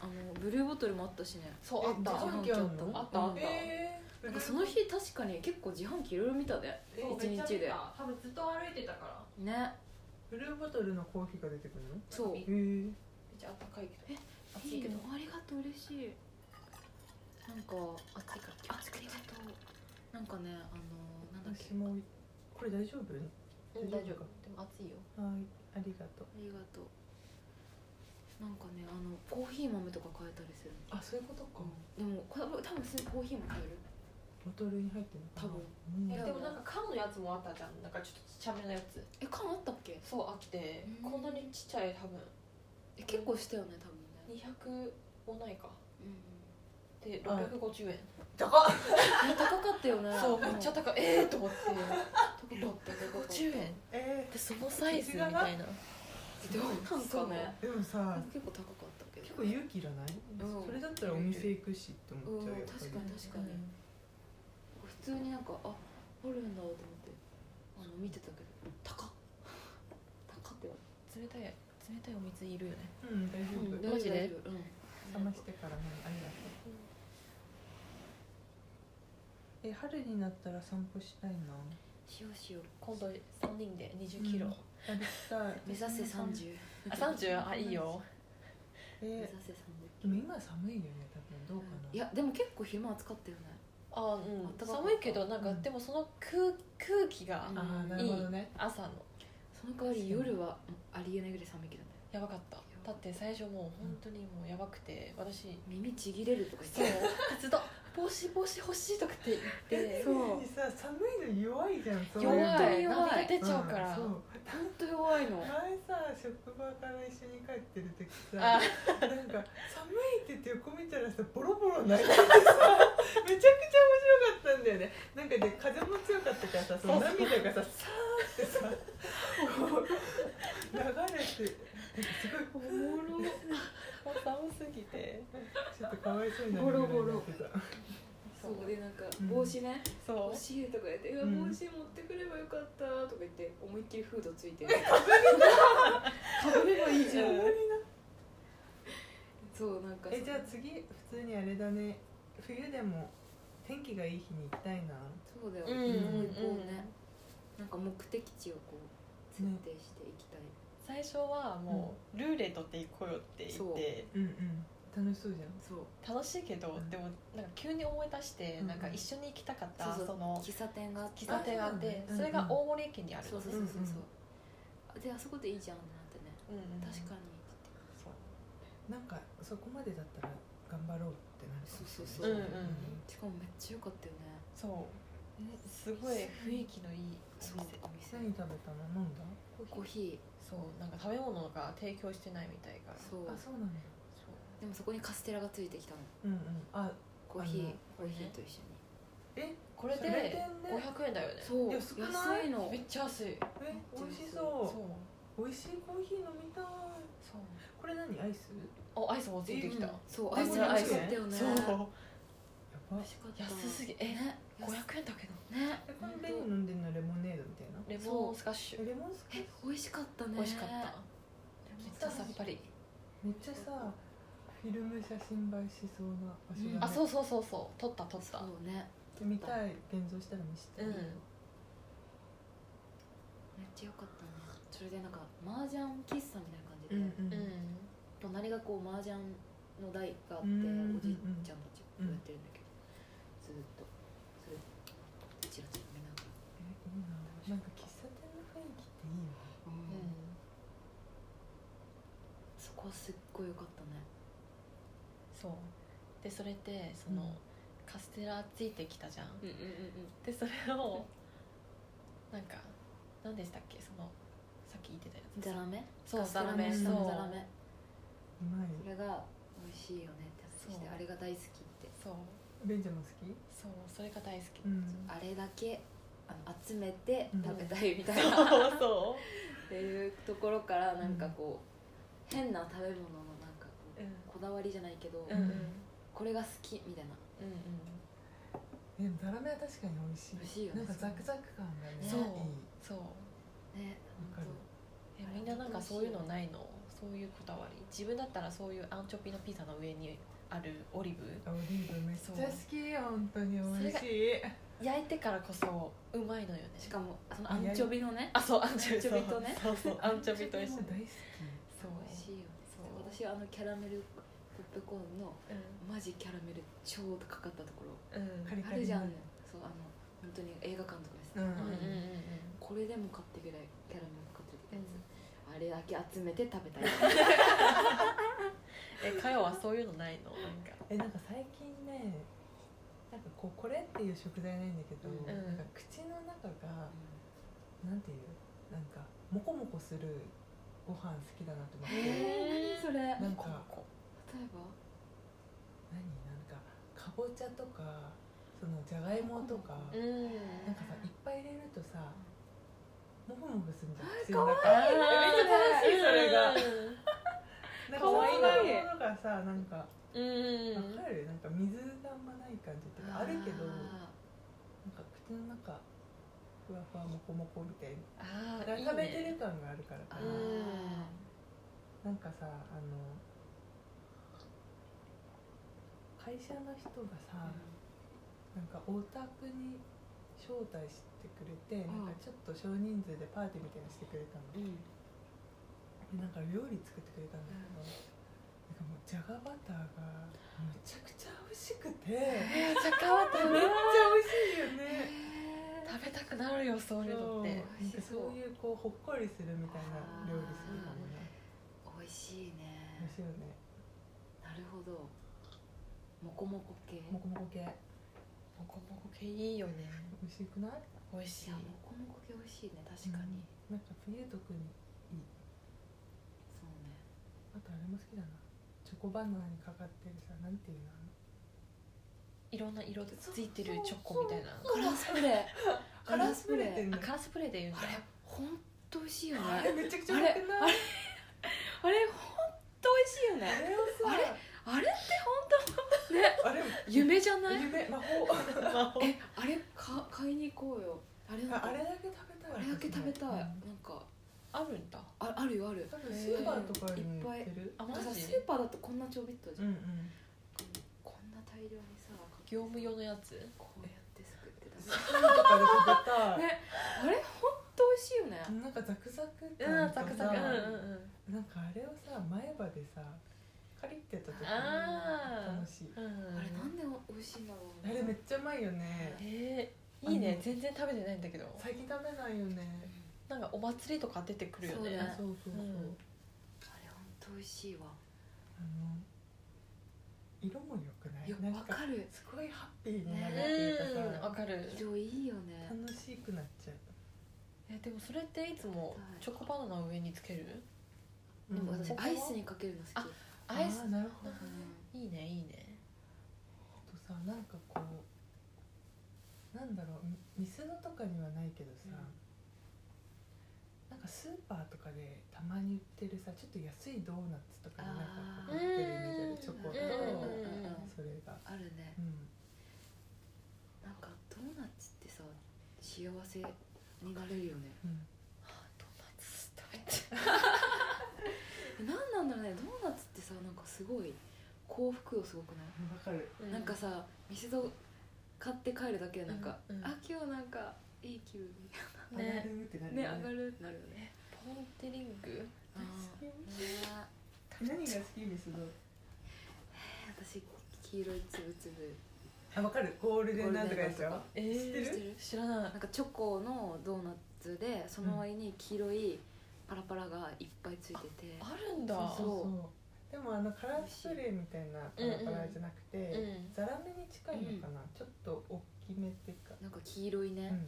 [SPEAKER 1] あのブルーボトルもあったしね
[SPEAKER 2] そうあった
[SPEAKER 3] え
[SPEAKER 1] 自
[SPEAKER 3] 自
[SPEAKER 1] 販
[SPEAKER 3] 販
[SPEAKER 1] 機
[SPEAKER 3] 機
[SPEAKER 1] あ
[SPEAKER 3] あ
[SPEAKER 1] っ
[SPEAKER 3] ん
[SPEAKER 1] た
[SPEAKER 3] の
[SPEAKER 2] あったあった
[SPEAKER 3] え
[SPEAKER 1] なんかその日確かに結構自販機いろいろ見たね
[SPEAKER 3] え
[SPEAKER 1] 一日で
[SPEAKER 2] 多分ずっと歩いてたから
[SPEAKER 1] ね
[SPEAKER 3] ブルーボトルのコーヒーが出てくるの
[SPEAKER 1] そう
[SPEAKER 2] え
[SPEAKER 1] い
[SPEAKER 3] へえ
[SPEAKER 2] めっちゃあったかいけど暑い
[SPEAKER 1] い
[SPEAKER 2] けど
[SPEAKER 1] のありがとう嬉しいなんかあ
[SPEAKER 2] 暑いから気
[SPEAKER 1] あ
[SPEAKER 2] をつけ
[SPEAKER 1] り
[SPEAKER 2] て
[SPEAKER 1] がとうなんかねあのなんだっけ
[SPEAKER 3] 私もこれ大丈夫
[SPEAKER 2] うん大丈夫でも暑いよ
[SPEAKER 3] はいありがとう
[SPEAKER 1] ありがとうなんかねあのコーヒー豆とか買えたりする
[SPEAKER 3] あそういうことか
[SPEAKER 1] でもこれ多分普通にコーヒーも買える
[SPEAKER 3] ボトルに入ってるの
[SPEAKER 1] 多
[SPEAKER 3] かな
[SPEAKER 1] 分
[SPEAKER 3] うん、
[SPEAKER 2] え
[SPEAKER 1] や
[SPEAKER 2] でもなんか缶のやつもあったじゃんなんかちょっとちっちゃめのやつ
[SPEAKER 1] え缶あったっけ
[SPEAKER 2] そうあって
[SPEAKER 1] うん
[SPEAKER 2] こんなにちっちゃい多分
[SPEAKER 1] え結構したよね多分ね
[SPEAKER 2] 200もないか
[SPEAKER 1] うん
[SPEAKER 2] で
[SPEAKER 3] はい
[SPEAKER 2] 650円
[SPEAKER 3] 高っ
[SPEAKER 1] え高かったよね
[SPEAKER 2] そうめっちゃ
[SPEAKER 1] 高かっ
[SPEAKER 2] 高いえーと思って
[SPEAKER 1] た高かった
[SPEAKER 2] 650円
[SPEAKER 3] え
[SPEAKER 2] でそのサイズみたいな
[SPEAKER 1] どうなんか
[SPEAKER 2] そう
[SPEAKER 1] ね
[SPEAKER 2] ね
[SPEAKER 3] ー、でもさ
[SPEAKER 1] 結構高かったけど
[SPEAKER 3] 結構勇気いらない、
[SPEAKER 1] うん
[SPEAKER 3] それだったらお店行くしって思
[SPEAKER 1] う
[SPEAKER 3] っ
[SPEAKER 1] ん
[SPEAKER 3] ちゃうよ、
[SPEAKER 1] 確かに確かに、普通になんかああるんだと思ってあの見てたけど高っ高って言わ
[SPEAKER 2] 冷たい冷たいお水いるよね
[SPEAKER 3] うん大丈
[SPEAKER 1] れ
[SPEAKER 3] 夫、
[SPEAKER 1] た
[SPEAKER 2] うん
[SPEAKER 1] 大丈夫うん
[SPEAKER 2] マジで
[SPEAKER 3] 冷ましてからねありがとうえ春になったら散歩したいな
[SPEAKER 1] しようしよう
[SPEAKER 2] 今度3人で2 0キロ、
[SPEAKER 3] うんやりたい
[SPEAKER 1] 目指せ30
[SPEAKER 2] あ30あいいよ
[SPEAKER 1] 目
[SPEAKER 3] え
[SPEAKER 1] 指せ30
[SPEAKER 3] ーでも今寒いよね多分どうかな、
[SPEAKER 1] いやでも結構昼間暑かったよね
[SPEAKER 2] あ
[SPEAKER 1] あっ
[SPEAKER 2] う
[SPEAKER 1] た
[SPEAKER 2] ん
[SPEAKER 1] かかった
[SPEAKER 2] 寒いけどなんか、
[SPEAKER 3] うん
[SPEAKER 2] でもその空空気が
[SPEAKER 1] うん
[SPEAKER 3] ああなるほどね
[SPEAKER 2] 朝の
[SPEAKER 1] その代わり夜はありえないぐらい寒いけどね
[SPEAKER 2] やばかっただって最初もう本当にもうやばくて私
[SPEAKER 1] 耳ちぎれるとか
[SPEAKER 2] そ
[SPEAKER 1] 言
[SPEAKER 2] う
[SPEAKER 1] ってた
[SPEAKER 2] ずっと帽子帽子欲しいとかって言って
[SPEAKER 1] そう
[SPEAKER 3] 変にさ寒いの弱いじゃんそう
[SPEAKER 2] 弱
[SPEAKER 3] うの
[SPEAKER 1] 本当に
[SPEAKER 2] い
[SPEAKER 1] 弱い
[SPEAKER 2] 涙出ちゃうから、
[SPEAKER 3] んそう
[SPEAKER 1] 本当弱いの
[SPEAKER 3] 前さ職場から一緒に帰ってる時さ
[SPEAKER 2] あ
[SPEAKER 3] なんか寒いって言って横見たらさボロボロ泣いててさめちゃくちゃ面白かったんだよねなんかで風も強かったからさその涙がささーってさこう流れてなんかすごい
[SPEAKER 1] おもろ
[SPEAKER 2] もう寒すぎて
[SPEAKER 3] ちょっとかわいそうにな
[SPEAKER 1] ボ
[SPEAKER 3] る
[SPEAKER 1] ロ
[SPEAKER 3] ぐ
[SPEAKER 1] ボ
[SPEAKER 3] らい
[SPEAKER 1] ロ
[SPEAKER 3] 泣いてた
[SPEAKER 1] そうでなんか帽子ね
[SPEAKER 2] そ
[SPEAKER 1] 欲
[SPEAKER 2] う
[SPEAKER 1] しいとか言って「うわ
[SPEAKER 3] う
[SPEAKER 1] 帽
[SPEAKER 3] ん
[SPEAKER 1] 子持ってくればよかった」とか言 って思いっきりフードついてるかぶればいいじゃん
[SPEAKER 3] 寒いな
[SPEAKER 1] そうなんか
[SPEAKER 3] えじゃあ次普通にあれだね冬でも天気がいい日に行きたいな
[SPEAKER 1] そうだよ、
[SPEAKER 2] うん
[SPEAKER 1] もう行こう
[SPEAKER 2] うん
[SPEAKER 1] ね、なんか目的地をこう設定していきたい、
[SPEAKER 2] 最初はもう、ルーレットって行こうよって言って
[SPEAKER 3] うんうん楽しそうじゃん
[SPEAKER 1] そう
[SPEAKER 2] 楽しいけど、
[SPEAKER 3] うん
[SPEAKER 2] でもなんか急に思い出して、
[SPEAKER 3] うん
[SPEAKER 2] なんか一緒に行きたかった
[SPEAKER 1] そう
[SPEAKER 2] そ
[SPEAKER 1] そう
[SPEAKER 2] の
[SPEAKER 1] 喫茶店があって
[SPEAKER 2] 喫茶店があっ
[SPEAKER 3] あそ
[SPEAKER 2] て
[SPEAKER 3] うなんだ
[SPEAKER 2] それが大森駅にある
[SPEAKER 1] そ
[SPEAKER 2] の
[SPEAKER 1] う
[SPEAKER 2] ね
[SPEAKER 1] そうそうそうそう
[SPEAKER 3] う、
[SPEAKER 1] あであそこでいいじゃんってなってね
[SPEAKER 2] うんうん
[SPEAKER 1] 確かに
[SPEAKER 2] そう
[SPEAKER 3] なんかそこまでだったら頑張ろうってなるかもしれない
[SPEAKER 1] そうそうそう
[SPEAKER 2] うんうん
[SPEAKER 1] しかもめっちゃ良かったよね
[SPEAKER 2] そうすごい雰囲気のいいお店
[SPEAKER 1] お店
[SPEAKER 3] 何食べたの飲んだ
[SPEAKER 1] コーヒ
[SPEAKER 2] そうなんか食べ物が提供してないみたいか
[SPEAKER 1] ー
[SPEAKER 2] ら
[SPEAKER 1] そう
[SPEAKER 3] あそうなんだ
[SPEAKER 2] そう
[SPEAKER 1] でもそこにカステラがついてきたの
[SPEAKER 3] うんうんあ
[SPEAKER 1] コーヒー
[SPEAKER 3] あ
[SPEAKER 1] コー
[SPEAKER 3] の
[SPEAKER 1] ヒーと一緒に
[SPEAKER 3] え
[SPEAKER 2] これ
[SPEAKER 3] それ
[SPEAKER 2] で
[SPEAKER 3] で
[SPEAKER 2] 500円だよね
[SPEAKER 1] そう
[SPEAKER 3] 安くな
[SPEAKER 1] 安い
[SPEAKER 3] い
[SPEAKER 1] の
[SPEAKER 2] めっちゃ安い
[SPEAKER 3] え美味し
[SPEAKER 2] そう
[SPEAKER 3] そそう美味しいコーヒー飲みたい
[SPEAKER 2] そう
[SPEAKER 3] これ何アイス
[SPEAKER 2] おアイスもついてきた、
[SPEAKER 1] うんそうア
[SPEAKER 2] ア
[SPEAKER 1] イ
[SPEAKER 2] イ
[SPEAKER 1] ス美味し
[SPEAKER 2] ス
[SPEAKER 1] かっ
[SPEAKER 2] ア
[SPEAKER 1] た
[SPEAKER 2] イス
[SPEAKER 1] よね
[SPEAKER 2] そう
[SPEAKER 3] やば
[SPEAKER 1] 美味しかった
[SPEAKER 2] 安すぎえ
[SPEAKER 1] ね
[SPEAKER 2] 500円だけど
[SPEAKER 1] 安ね
[SPEAKER 3] えこの紅飲んでるのレモネードみたいな
[SPEAKER 2] レモンスカッシュ
[SPEAKER 3] えレモンスカッ
[SPEAKER 1] え
[SPEAKER 3] シ
[SPEAKER 1] 美味しかったね
[SPEAKER 2] 美味しかっためっちゃさっぱり
[SPEAKER 3] ュめっちゃさフィルム写真映えしそうな場所だね、
[SPEAKER 1] うん
[SPEAKER 2] あそうそうそうそう撮った撮っ
[SPEAKER 1] そ
[SPEAKER 2] た
[SPEAKER 1] うね
[SPEAKER 3] 見たい現像したら見せて、
[SPEAKER 2] うん
[SPEAKER 1] めっちゃ良かったねそれでなんか麻雀喫茶みたいな感じで、
[SPEAKER 2] うん
[SPEAKER 3] うん
[SPEAKER 1] 隣がこう麻雀の台があって、
[SPEAKER 3] うん
[SPEAKER 1] おじいちゃんたちがやってるんだけど、ずーっとそれちらちら見ながら、
[SPEAKER 3] えいいななんか喫茶店の雰囲気っていい
[SPEAKER 2] う
[SPEAKER 3] よね
[SPEAKER 2] ん
[SPEAKER 1] そこはすっごい良かったね
[SPEAKER 2] そうでそれでその、
[SPEAKER 3] うん
[SPEAKER 2] カステラついてきたじゃん
[SPEAKER 1] うんうんうん
[SPEAKER 2] でそれをなんか何でしたっけそのさっき言ってたやつ
[SPEAKER 1] ザラメ
[SPEAKER 2] そう
[SPEAKER 1] カステラ
[SPEAKER 3] ザラメ
[SPEAKER 1] にしたの
[SPEAKER 3] そう
[SPEAKER 1] ザラメ
[SPEAKER 3] うまい
[SPEAKER 1] それが美味しいよねって話して
[SPEAKER 2] そう
[SPEAKER 1] あれが大好きって
[SPEAKER 2] そう
[SPEAKER 3] ベンちゃんも好き
[SPEAKER 2] そうそれが大好き、
[SPEAKER 3] ん
[SPEAKER 1] あれだけあの集めて
[SPEAKER 3] うん
[SPEAKER 1] 食べたいみたいな、っ
[SPEAKER 2] そうそ
[SPEAKER 1] ていうところからなんかこう、変な食べ物のなんかこう
[SPEAKER 2] う、うん、
[SPEAKER 1] こだわりじゃないけど、
[SPEAKER 2] うんうんうん
[SPEAKER 1] これが好きみたいな
[SPEAKER 2] うん
[SPEAKER 3] えザラメは確かに美味しい
[SPEAKER 1] 美味しいよね
[SPEAKER 3] なんかザクザク感がね
[SPEAKER 2] そう
[SPEAKER 3] いい
[SPEAKER 2] そう
[SPEAKER 1] ね
[SPEAKER 3] わかる
[SPEAKER 2] えみんななんかそういうのないのそういうこだわり自分だったらそういうアンチョビのピザの上にあるオリーブ
[SPEAKER 3] オリーブめっちゃ好き本当に美味しい
[SPEAKER 2] 焼いてからこそうまいのよね
[SPEAKER 1] しかもそのアンチョビのね
[SPEAKER 2] あそうアンチョビ
[SPEAKER 1] アンチョビとね
[SPEAKER 2] そうそうアンチョビと一緒
[SPEAKER 3] も
[SPEAKER 2] に
[SPEAKER 3] 大好き
[SPEAKER 2] そう
[SPEAKER 1] 美味しいよね
[SPEAKER 2] そう
[SPEAKER 1] 私はあのキャラメルポップコーンの
[SPEAKER 2] う
[SPEAKER 1] マジキャラメル超かかったところ
[SPEAKER 2] んうん
[SPEAKER 3] カリ
[SPEAKER 1] あ
[SPEAKER 3] カリ
[SPEAKER 1] るじゃん
[SPEAKER 3] に
[SPEAKER 1] そうあの本当に映画館とかです
[SPEAKER 3] うん
[SPEAKER 2] うんうんうん
[SPEAKER 1] これでも買ってぐらいキャラメル買ってきたや
[SPEAKER 2] うん
[SPEAKER 1] つ、あれだけ集めて食べたい
[SPEAKER 2] えかよはそういうのないのなんか
[SPEAKER 3] えなんか最近ねなんかこうこれっていう食材ないんだけど、
[SPEAKER 1] うん
[SPEAKER 3] なんか口の中がなんていうなんかモコモコするご飯好きだなと思っ
[SPEAKER 1] えー、何
[SPEAKER 3] て
[SPEAKER 1] それ例えば
[SPEAKER 3] なんか
[SPEAKER 2] こ
[SPEAKER 3] 何なんかかぼちゃとかそのじゃがいもとか、
[SPEAKER 2] ううん
[SPEAKER 3] なんかさいっぱい入れるとさモフモフするじゃん口
[SPEAKER 1] か
[SPEAKER 3] の
[SPEAKER 1] わ
[SPEAKER 3] 中
[SPEAKER 2] あー
[SPEAKER 3] めっちゃ楽しいそれが
[SPEAKER 2] う
[SPEAKER 3] なんか
[SPEAKER 1] かわいい
[SPEAKER 3] そういうものがさなんかわ
[SPEAKER 2] んうん
[SPEAKER 3] かるなんか水があんまない感じっていうかあるけどなん
[SPEAKER 1] あ
[SPEAKER 3] か口の中ふわふわモコモコみたいな
[SPEAKER 2] ああ
[SPEAKER 3] だか
[SPEAKER 2] い
[SPEAKER 3] ら
[SPEAKER 2] いね
[SPEAKER 3] 食べてる感があるから
[SPEAKER 1] ー
[SPEAKER 3] か
[SPEAKER 1] あー、
[SPEAKER 3] ななんかさあの会社の人がさ、なんかお宅に招待してくれて、
[SPEAKER 1] うん
[SPEAKER 3] なんかちょっと少人数でパーティーみたいにしてくれたの、
[SPEAKER 1] うんうん
[SPEAKER 3] でなんか料理作ってくれたんだけど、なんかもうじゃがバターがめちゃくちゃ美味しくて、
[SPEAKER 2] えーじゃあかわ食
[SPEAKER 3] め
[SPEAKER 2] べ
[SPEAKER 3] っちゃ美味しいよ
[SPEAKER 1] へ
[SPEAKER 3] ね
[SPEAKER 1] ー
[SPEAKER 2] 食べたくなるよそういうのって
[SPEAKER 1] 美味しそ
[SPEAKER 3] そううなんかそういうこうほっこりするみたいな料理するかもね
[SPEAKER 1] 美味しい
[SPEAKER 3] 美
[SPEAKER 1] ね
[SPEAKER 3] 味しいよね
[SPEAKER 1] なるほどもこもこ系
[SPEAKER 3] もこもこ系美
[SPEAKER 2] もこもこ系いいよね
[SPEAKER 3] 味しくない
[SPEAKER 2] 美味し
[SPEAKER 1] い
[SPEAKER 2] い
[SPEAKER 1] やもこもこ系美味しいね確かに、
[SPEAKER 3] うんなんか冬特に
[SPEAKER 1] そうね
[SPEAKER 3] あとあれも好きだなチョコバナナにかかってるさなんていうの
[SPEAKER 2] いろんな色でついてるチョコみたいな
[SPEAKER 1] カラースプレーカラースプレー
[SPEAKER 3] ってん
[SPEAKER 2] あ
[SPEAKER 3] の
[SPEAKER 2] カラースプレーで言うんだ
[SPEAKER 1] あれほんと美味しいよね
[SPEAKER 3] あれめちゃくちゃ
[SPEAKER 1] あ
[SPEAKER 3] う
[SPEAKER 1] れ
[SPEAKER 3] まくない
[SPEAKER 1] あれほんと美味しいよ
[SPEAKER 3] あ
[SPEAKER 1] ね
[SPEAKER 3] れを
[SPEAKER 1] あ
[SPEAKER 3] さ
[SPEAKER 1] れって
[SPEAKER 3] あれ
[SPEAKER 1] 夢じゃない
[SPEAKER 3] 夢魔法
[SPEAKER 1] えあれか買いに行こうよあれなん
[SPEAKER 3] あ
[SPEAKER 1] か
[SPEAKER 3] あれだけ食べたい
[SPEAKER 1] あれだけ食べたい、
[SPEAKER 3] うん
[SPEAKER 1] なんか
[SPEAKER 2] あるんだ
[SPEAKER 1] ああるよある
[SPEAKER 3] 多分スーパーとかに
[SPEAKER 1] いっ
[SPEAKER 3] 売
[SPEAKER 1] ぱ
[SPEAKER 3] っ
[SPEAKER 1] い
[SPEAKER 3] てる
[SPEAKER 2] あマ
[SPEAKER 1] だからス
[SPEAKER 2] ジ
[SPEAKER 1] ーパーだとこんなちょびっとじゃ
[SPEAKER 3] う
[SPEAKER 1] ん、
[SPEAKER 3] んうん
[SPEAKER 1] こんな大量にさ
[SPEAKER 2] 業務用のやつ
[SPEAKER 1] こうやって作ってた
[SPEAKER 3] スプーンとかで食べたい、
[SPEAKER 1] ねあれほんと美味しいよね
[SPEAKER 3] なんかザクザク
[SPEAKER 2] う
[SPEAKER 3] 感
[SPEAKER 2] ん
[SPEAKER 3] と
[SPEAKER 2] ザクザ
[SPEAKER 3] さ
[SPEAKER 2] クうんうんうん
[SPEAKER 3] なんかあれをさ前歯でさカリってやった時
[SPEAKER 2] あ
[SPEAKER 3] 楽しい
[SPEAKER 2] あうん
[SPEAKER 1] あれなんで美味しいんだろう
[SPEAKER 3] あれめっちゃうまいよね
[SPEAKER 2] えー、いい
[SPEAKER 3] あ
[SPEAKER 2] ね
[SPEAKER 3] の
[SPEAKER 2] 全然食べてないんだけど
[SPEAKER 3] 最近食べないよね
[SPEAKER 2] なんかお祭りとか出てくるよ
[SPEAKER 1] そうだね
[SPEAKER 2] ね
[SPEAKER 3] そうそうそう、
[SPEAKER 2] うん
[SPEAKER 1] あれほんと美味しいわ
[SPEAKER 3] あの色も良くない
[SPEAKER 1] いや
[SPEAKER 3] なん
[SPEAKER 1] わかる
[SPEAKER 3] すごいハッピーになるっていううんか
[SPEAKER 2] わか
[SPEAKER 3] さ、
[SPEAKER 2] る
[SPEAKER 1] 色いいよね
[SPEAKER 3] 楽しくなっちゃ
[SPEAKER 2] えでもそれっていつもチョコバナナの上につける
[SPEAKER 3] う
[SPEAKER 1] でも
[SPEAKER 3] うん
[SPEAKER 1] 私アイスにかけるの好き
[SPEAKER 2] アイス
[SPEAKER 3] あーなるほ
[SPEAKER 1] う
[SPEAKER 3] ど
[SPEAKER 1] ん
[SPEAKER 2] いいねいいね
[SPEAKER 3] あとさなんかこうなんだろうみミスドとかにはないけどさ、
[SPEAKER 1] うん
[SPEAKER 3] なんかスーパーとかでたまに売ってるさちょっと安いドーナツとかにな
[SPEAKER 1] あ
[SPEAKER 3] んかこ
[SPEAKER 1] ー
[SPEAKER 3] う売ってるイメージある
[SPEAKER 1] うんうん
[SPEAKER 3] チョコとかそれが
[SPEAKER 1] あるね
[SPEAKER 3] うん
[SPEAKER 1] なんかドーナツってさ幸せになれるよね
[SPEAKER 3] うん
[SPEAKER 2] ドーナツ食べて
[SPEAKER 1] えなんなんだろうねドーナツってさなんかすごい幸福をすごくない、
[SPEAKER 3] わかる
[SPEAKER 1] なんかさ店ド買って帰るだけでなんか、
[SPEAKER 2] うんうん
[SPEAKER 1] あ今日なんかいい気分み
[SPEAKER 3] 上が
[SPEAKER 2] ね
[SPEAKER 3] るってなる
[SPEAKER 1] たい
[SPEAKER 3] よ
[SPEAKER 1] なね上がるってなるよね
[SPEAKER 2] ポンテリング
[SPEAKER 1] あーね
[SPEAKER 3] 何が好きミスド
[SPEAKER 1] え私黄色いつぶつぶ
[SPEAKER 3] あわかるゴールデンなんとかでし
[SPEAKER 1] ゴールデンなんと
[SPEAKER 3] ょ
[SPEAKER 1] か
[SPEAKER 2] え
[SPEAKER 3] 知って
[SPEAKER 2] ー
[SPEAKER 1] る、
[SPEAKER 2] 知らない
[SPEAKER 1] なんかチョコのドーナツでその割に黄色いパラパラがいっぱいついてて、
[SPEAKER 2] あるんだ
[SPEAKER 3] そうそうそうでもあのカラースプレーみたいなパラパラじゃなくて、
[SPEAKER 2] うん
[SPEAKER 3] ザラメに近いのかな、ちょっと大きめっていうか、
[SPEAKER 1] なんか黄色いね、な
[SPEAKER 3] うん、
[SPEAKER 1] ん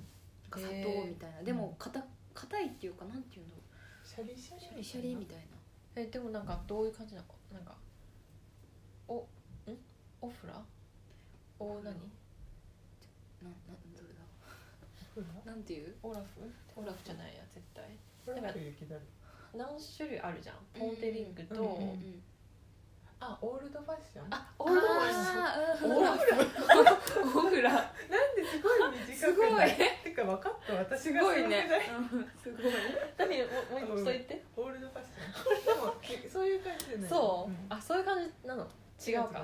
[SPEAKER 1] か砂糖みたいな、
[SPEAKER 3] ー
[SPEAKER 1] でも硬硬いっていうかなんていうんだろう
[SPEAKER 3] シャリシャリ
[SPEAKER 1] シャリシャリみたいな
[SPEAKER 2] えでもなんかどういう感じなのなんかおんオフラお何
[SPEAKER 1] ななどれだ
[SPEAKER 3] ほ
[SPEAKER 1] なんていう
[SPEAKER 2] オラフオラフじゃないや絶対
[SPEAKER 3] らほら雪だる
[SPEAKER 2] 何種類あるじゃんポンテリングと、
[SPEAKER 3] うんうん
[SPEAKER 1] ん
[SPEAKER 3] あオールドファッション
[SPEAKER 2] あ
[SPEAKER 1] オ
[SPEAKER 2] オラフ
[SPEAKER 1] ー
[SPEAKER 2] オラフオフラ
[SPEAKER 3] なんですごい短くないてか分かった私が
[SPEAKER 2] すごいね
[SPEAKER 3] すごくな
[SPEAKER 1] すごい
[SPEAKER 3] い
[SPEAKER 2] 何もうもう一度言って、
[SPEAKER 3] オールドファッションでもそういう感じじゃない
[SPEAKER 2] そう、
[SPEAKER 3] ん
[SPEAKER 2] あそういう感じなの違うか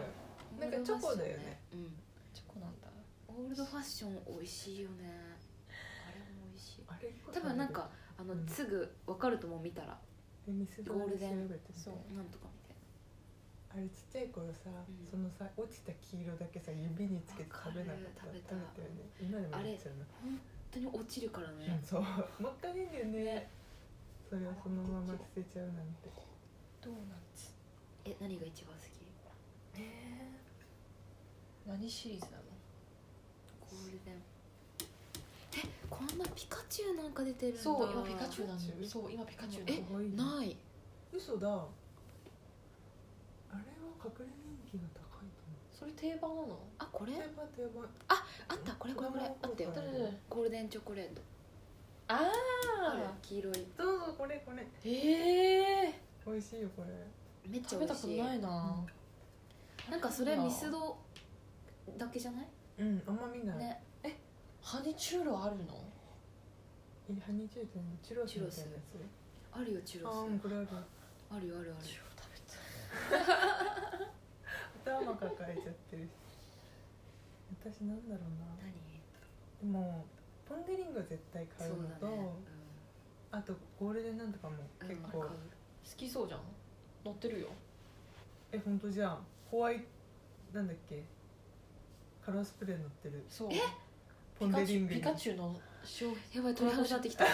[SPEAKER 3] なんかチョコだよね
[SPEAKER 1] うん
[SPEAKER 2] チョコなんだ
[SPEAKER 1] オールドファッション美味しいよねあれも美味しい
[SPEAKER 3] あれ
[SPEAKER 1] 多分なんかあの
[SPEAKER 3] うん
[SPEAKER 1] すぐ分かると思う見たら
[SPEAKER 3] えミスドの
[SPEAKER 1] ゴールデン
[SPEAKER 3] 調べてみて
[SPEAKER 2] そう
[SPEAKER 1] なんとかみたいな
[SPEAKER 3] あれちっちゃい頃
[SPEAKER 1] う
[SPEAKER 3] さ、
[SPEAKER 1] ん
[SPEAKER 3] そのさ落ちた黄色だけさ指につけて食べなか
[SPEAKER 1] わか
[SPEAKER 3] った
[SPEAKER 1] る食べた
[SPEAKER 3] よね今でもやっちゃうな
[SPEAKER 1] 本当に落ちるから
[SPEAKER 3] う
[SPEAKER 1] ね
[SPEAKER 3] んそうもったいないんだよ
[SPEAKER 1] ね
[SPEAKER 3] ねそれをそのまま捨てちゃうなんて
[SPEAKER 2] ドーナツ
[SPEAKER 1] え何が一番好き
[SPEAKER 2] えー、何シリーズなの
[SPEAKER 1] ゴールデンえこんなピカチュウなんか出てるんだ
[SPEAKER 2] そう今ピカチュウなの
[SPEAKER 3] ピカチュウ
[SPEAKER 2] そう今ピカチュウな
[SPEAKER 1] えな
[SPEAKER 2] の
[SPEAKER 3] い
[SPEAKER 1] い
[SPEAKER 3] 嘘だあれは隠れ人気が高いと思う
[SPEAKER 2] それ定番なの
[SPEAKER 1] あこれ
[SPEAKER 3] 定番定番
[SPEAKER 1] あったこれこれこれあったよ
[SPEAKER 3] どれどれ
[SPEAKER 1] ゴールデンチョコレート
[SPEAKER 2] あ
[SPEAKER 1] ある黄色い
[SPEAKER 3] そうそうこれこれ
[SPEAKER 2] ーえ
[SPEAKER 3] 美味しいよこれ
[SPEAKER 1] めっ
[SPEAKER 2] ー、
[SPEAKER 1] ちゃ
[SPEAKER 2] 食
[SPEAKER 1] 美
[SPEAKER 2] べた
[SPEAKER 1] 味
[SPEAKER 2] こと
[SPEAKER 1] しい
[SPEAKER 2] ないな、
[SPEAKER 1] なんかそれミスドだけじゃない
[SPEAKER 3] うんあんま見ない、
[SPEAKER 1] ね
[SPEAKER 2] ハニチューロあるの
[SPEAKER 3] えハニーチューって何チュロスみたいなやつ
[SPEAKER 1] あるよチュ
[SPEAKER 3] あ
[SPEAKER 1] ロ
[SPEAKER 3] ーうんこれある
[SPEAKER 1] スあるよあるある
[SPEAKER 2] ロ食べた
[SPEAKER 3] 頭抱えちゃってるし私なんだろうな
[SPEAKER 1] 何
[SPEAKER 3] でもポン・デリングは絶対買う
[SPEAKER 1] そう
[SPEAKER 3] のと
[SPEAKER 1] だね
[SPEAKER 3] あとゴールデンなんとかも
[SPEAKER 1] うん
[SPEAKER 3] 結
[SPEAKER 1] う
[SPEAKER 3] 構
[SPEAKER 1] ん買う
[SPEAKER 2] 好きそうじゃん乗ってるよ
[SPEAKER 3] え本当じゃんホワイなんだっけカラースプレー乗ってる
[SPEAKER 2] そう
[SPEAKER 3] ポン・デリング
[SPEAKER 2] ピ
[SPEAKER 3] に
[SPEAKER 2] カチュウの商品
[SPEAKER 1] やばい鳥肌立ってきた
[SPEAKER 2] あ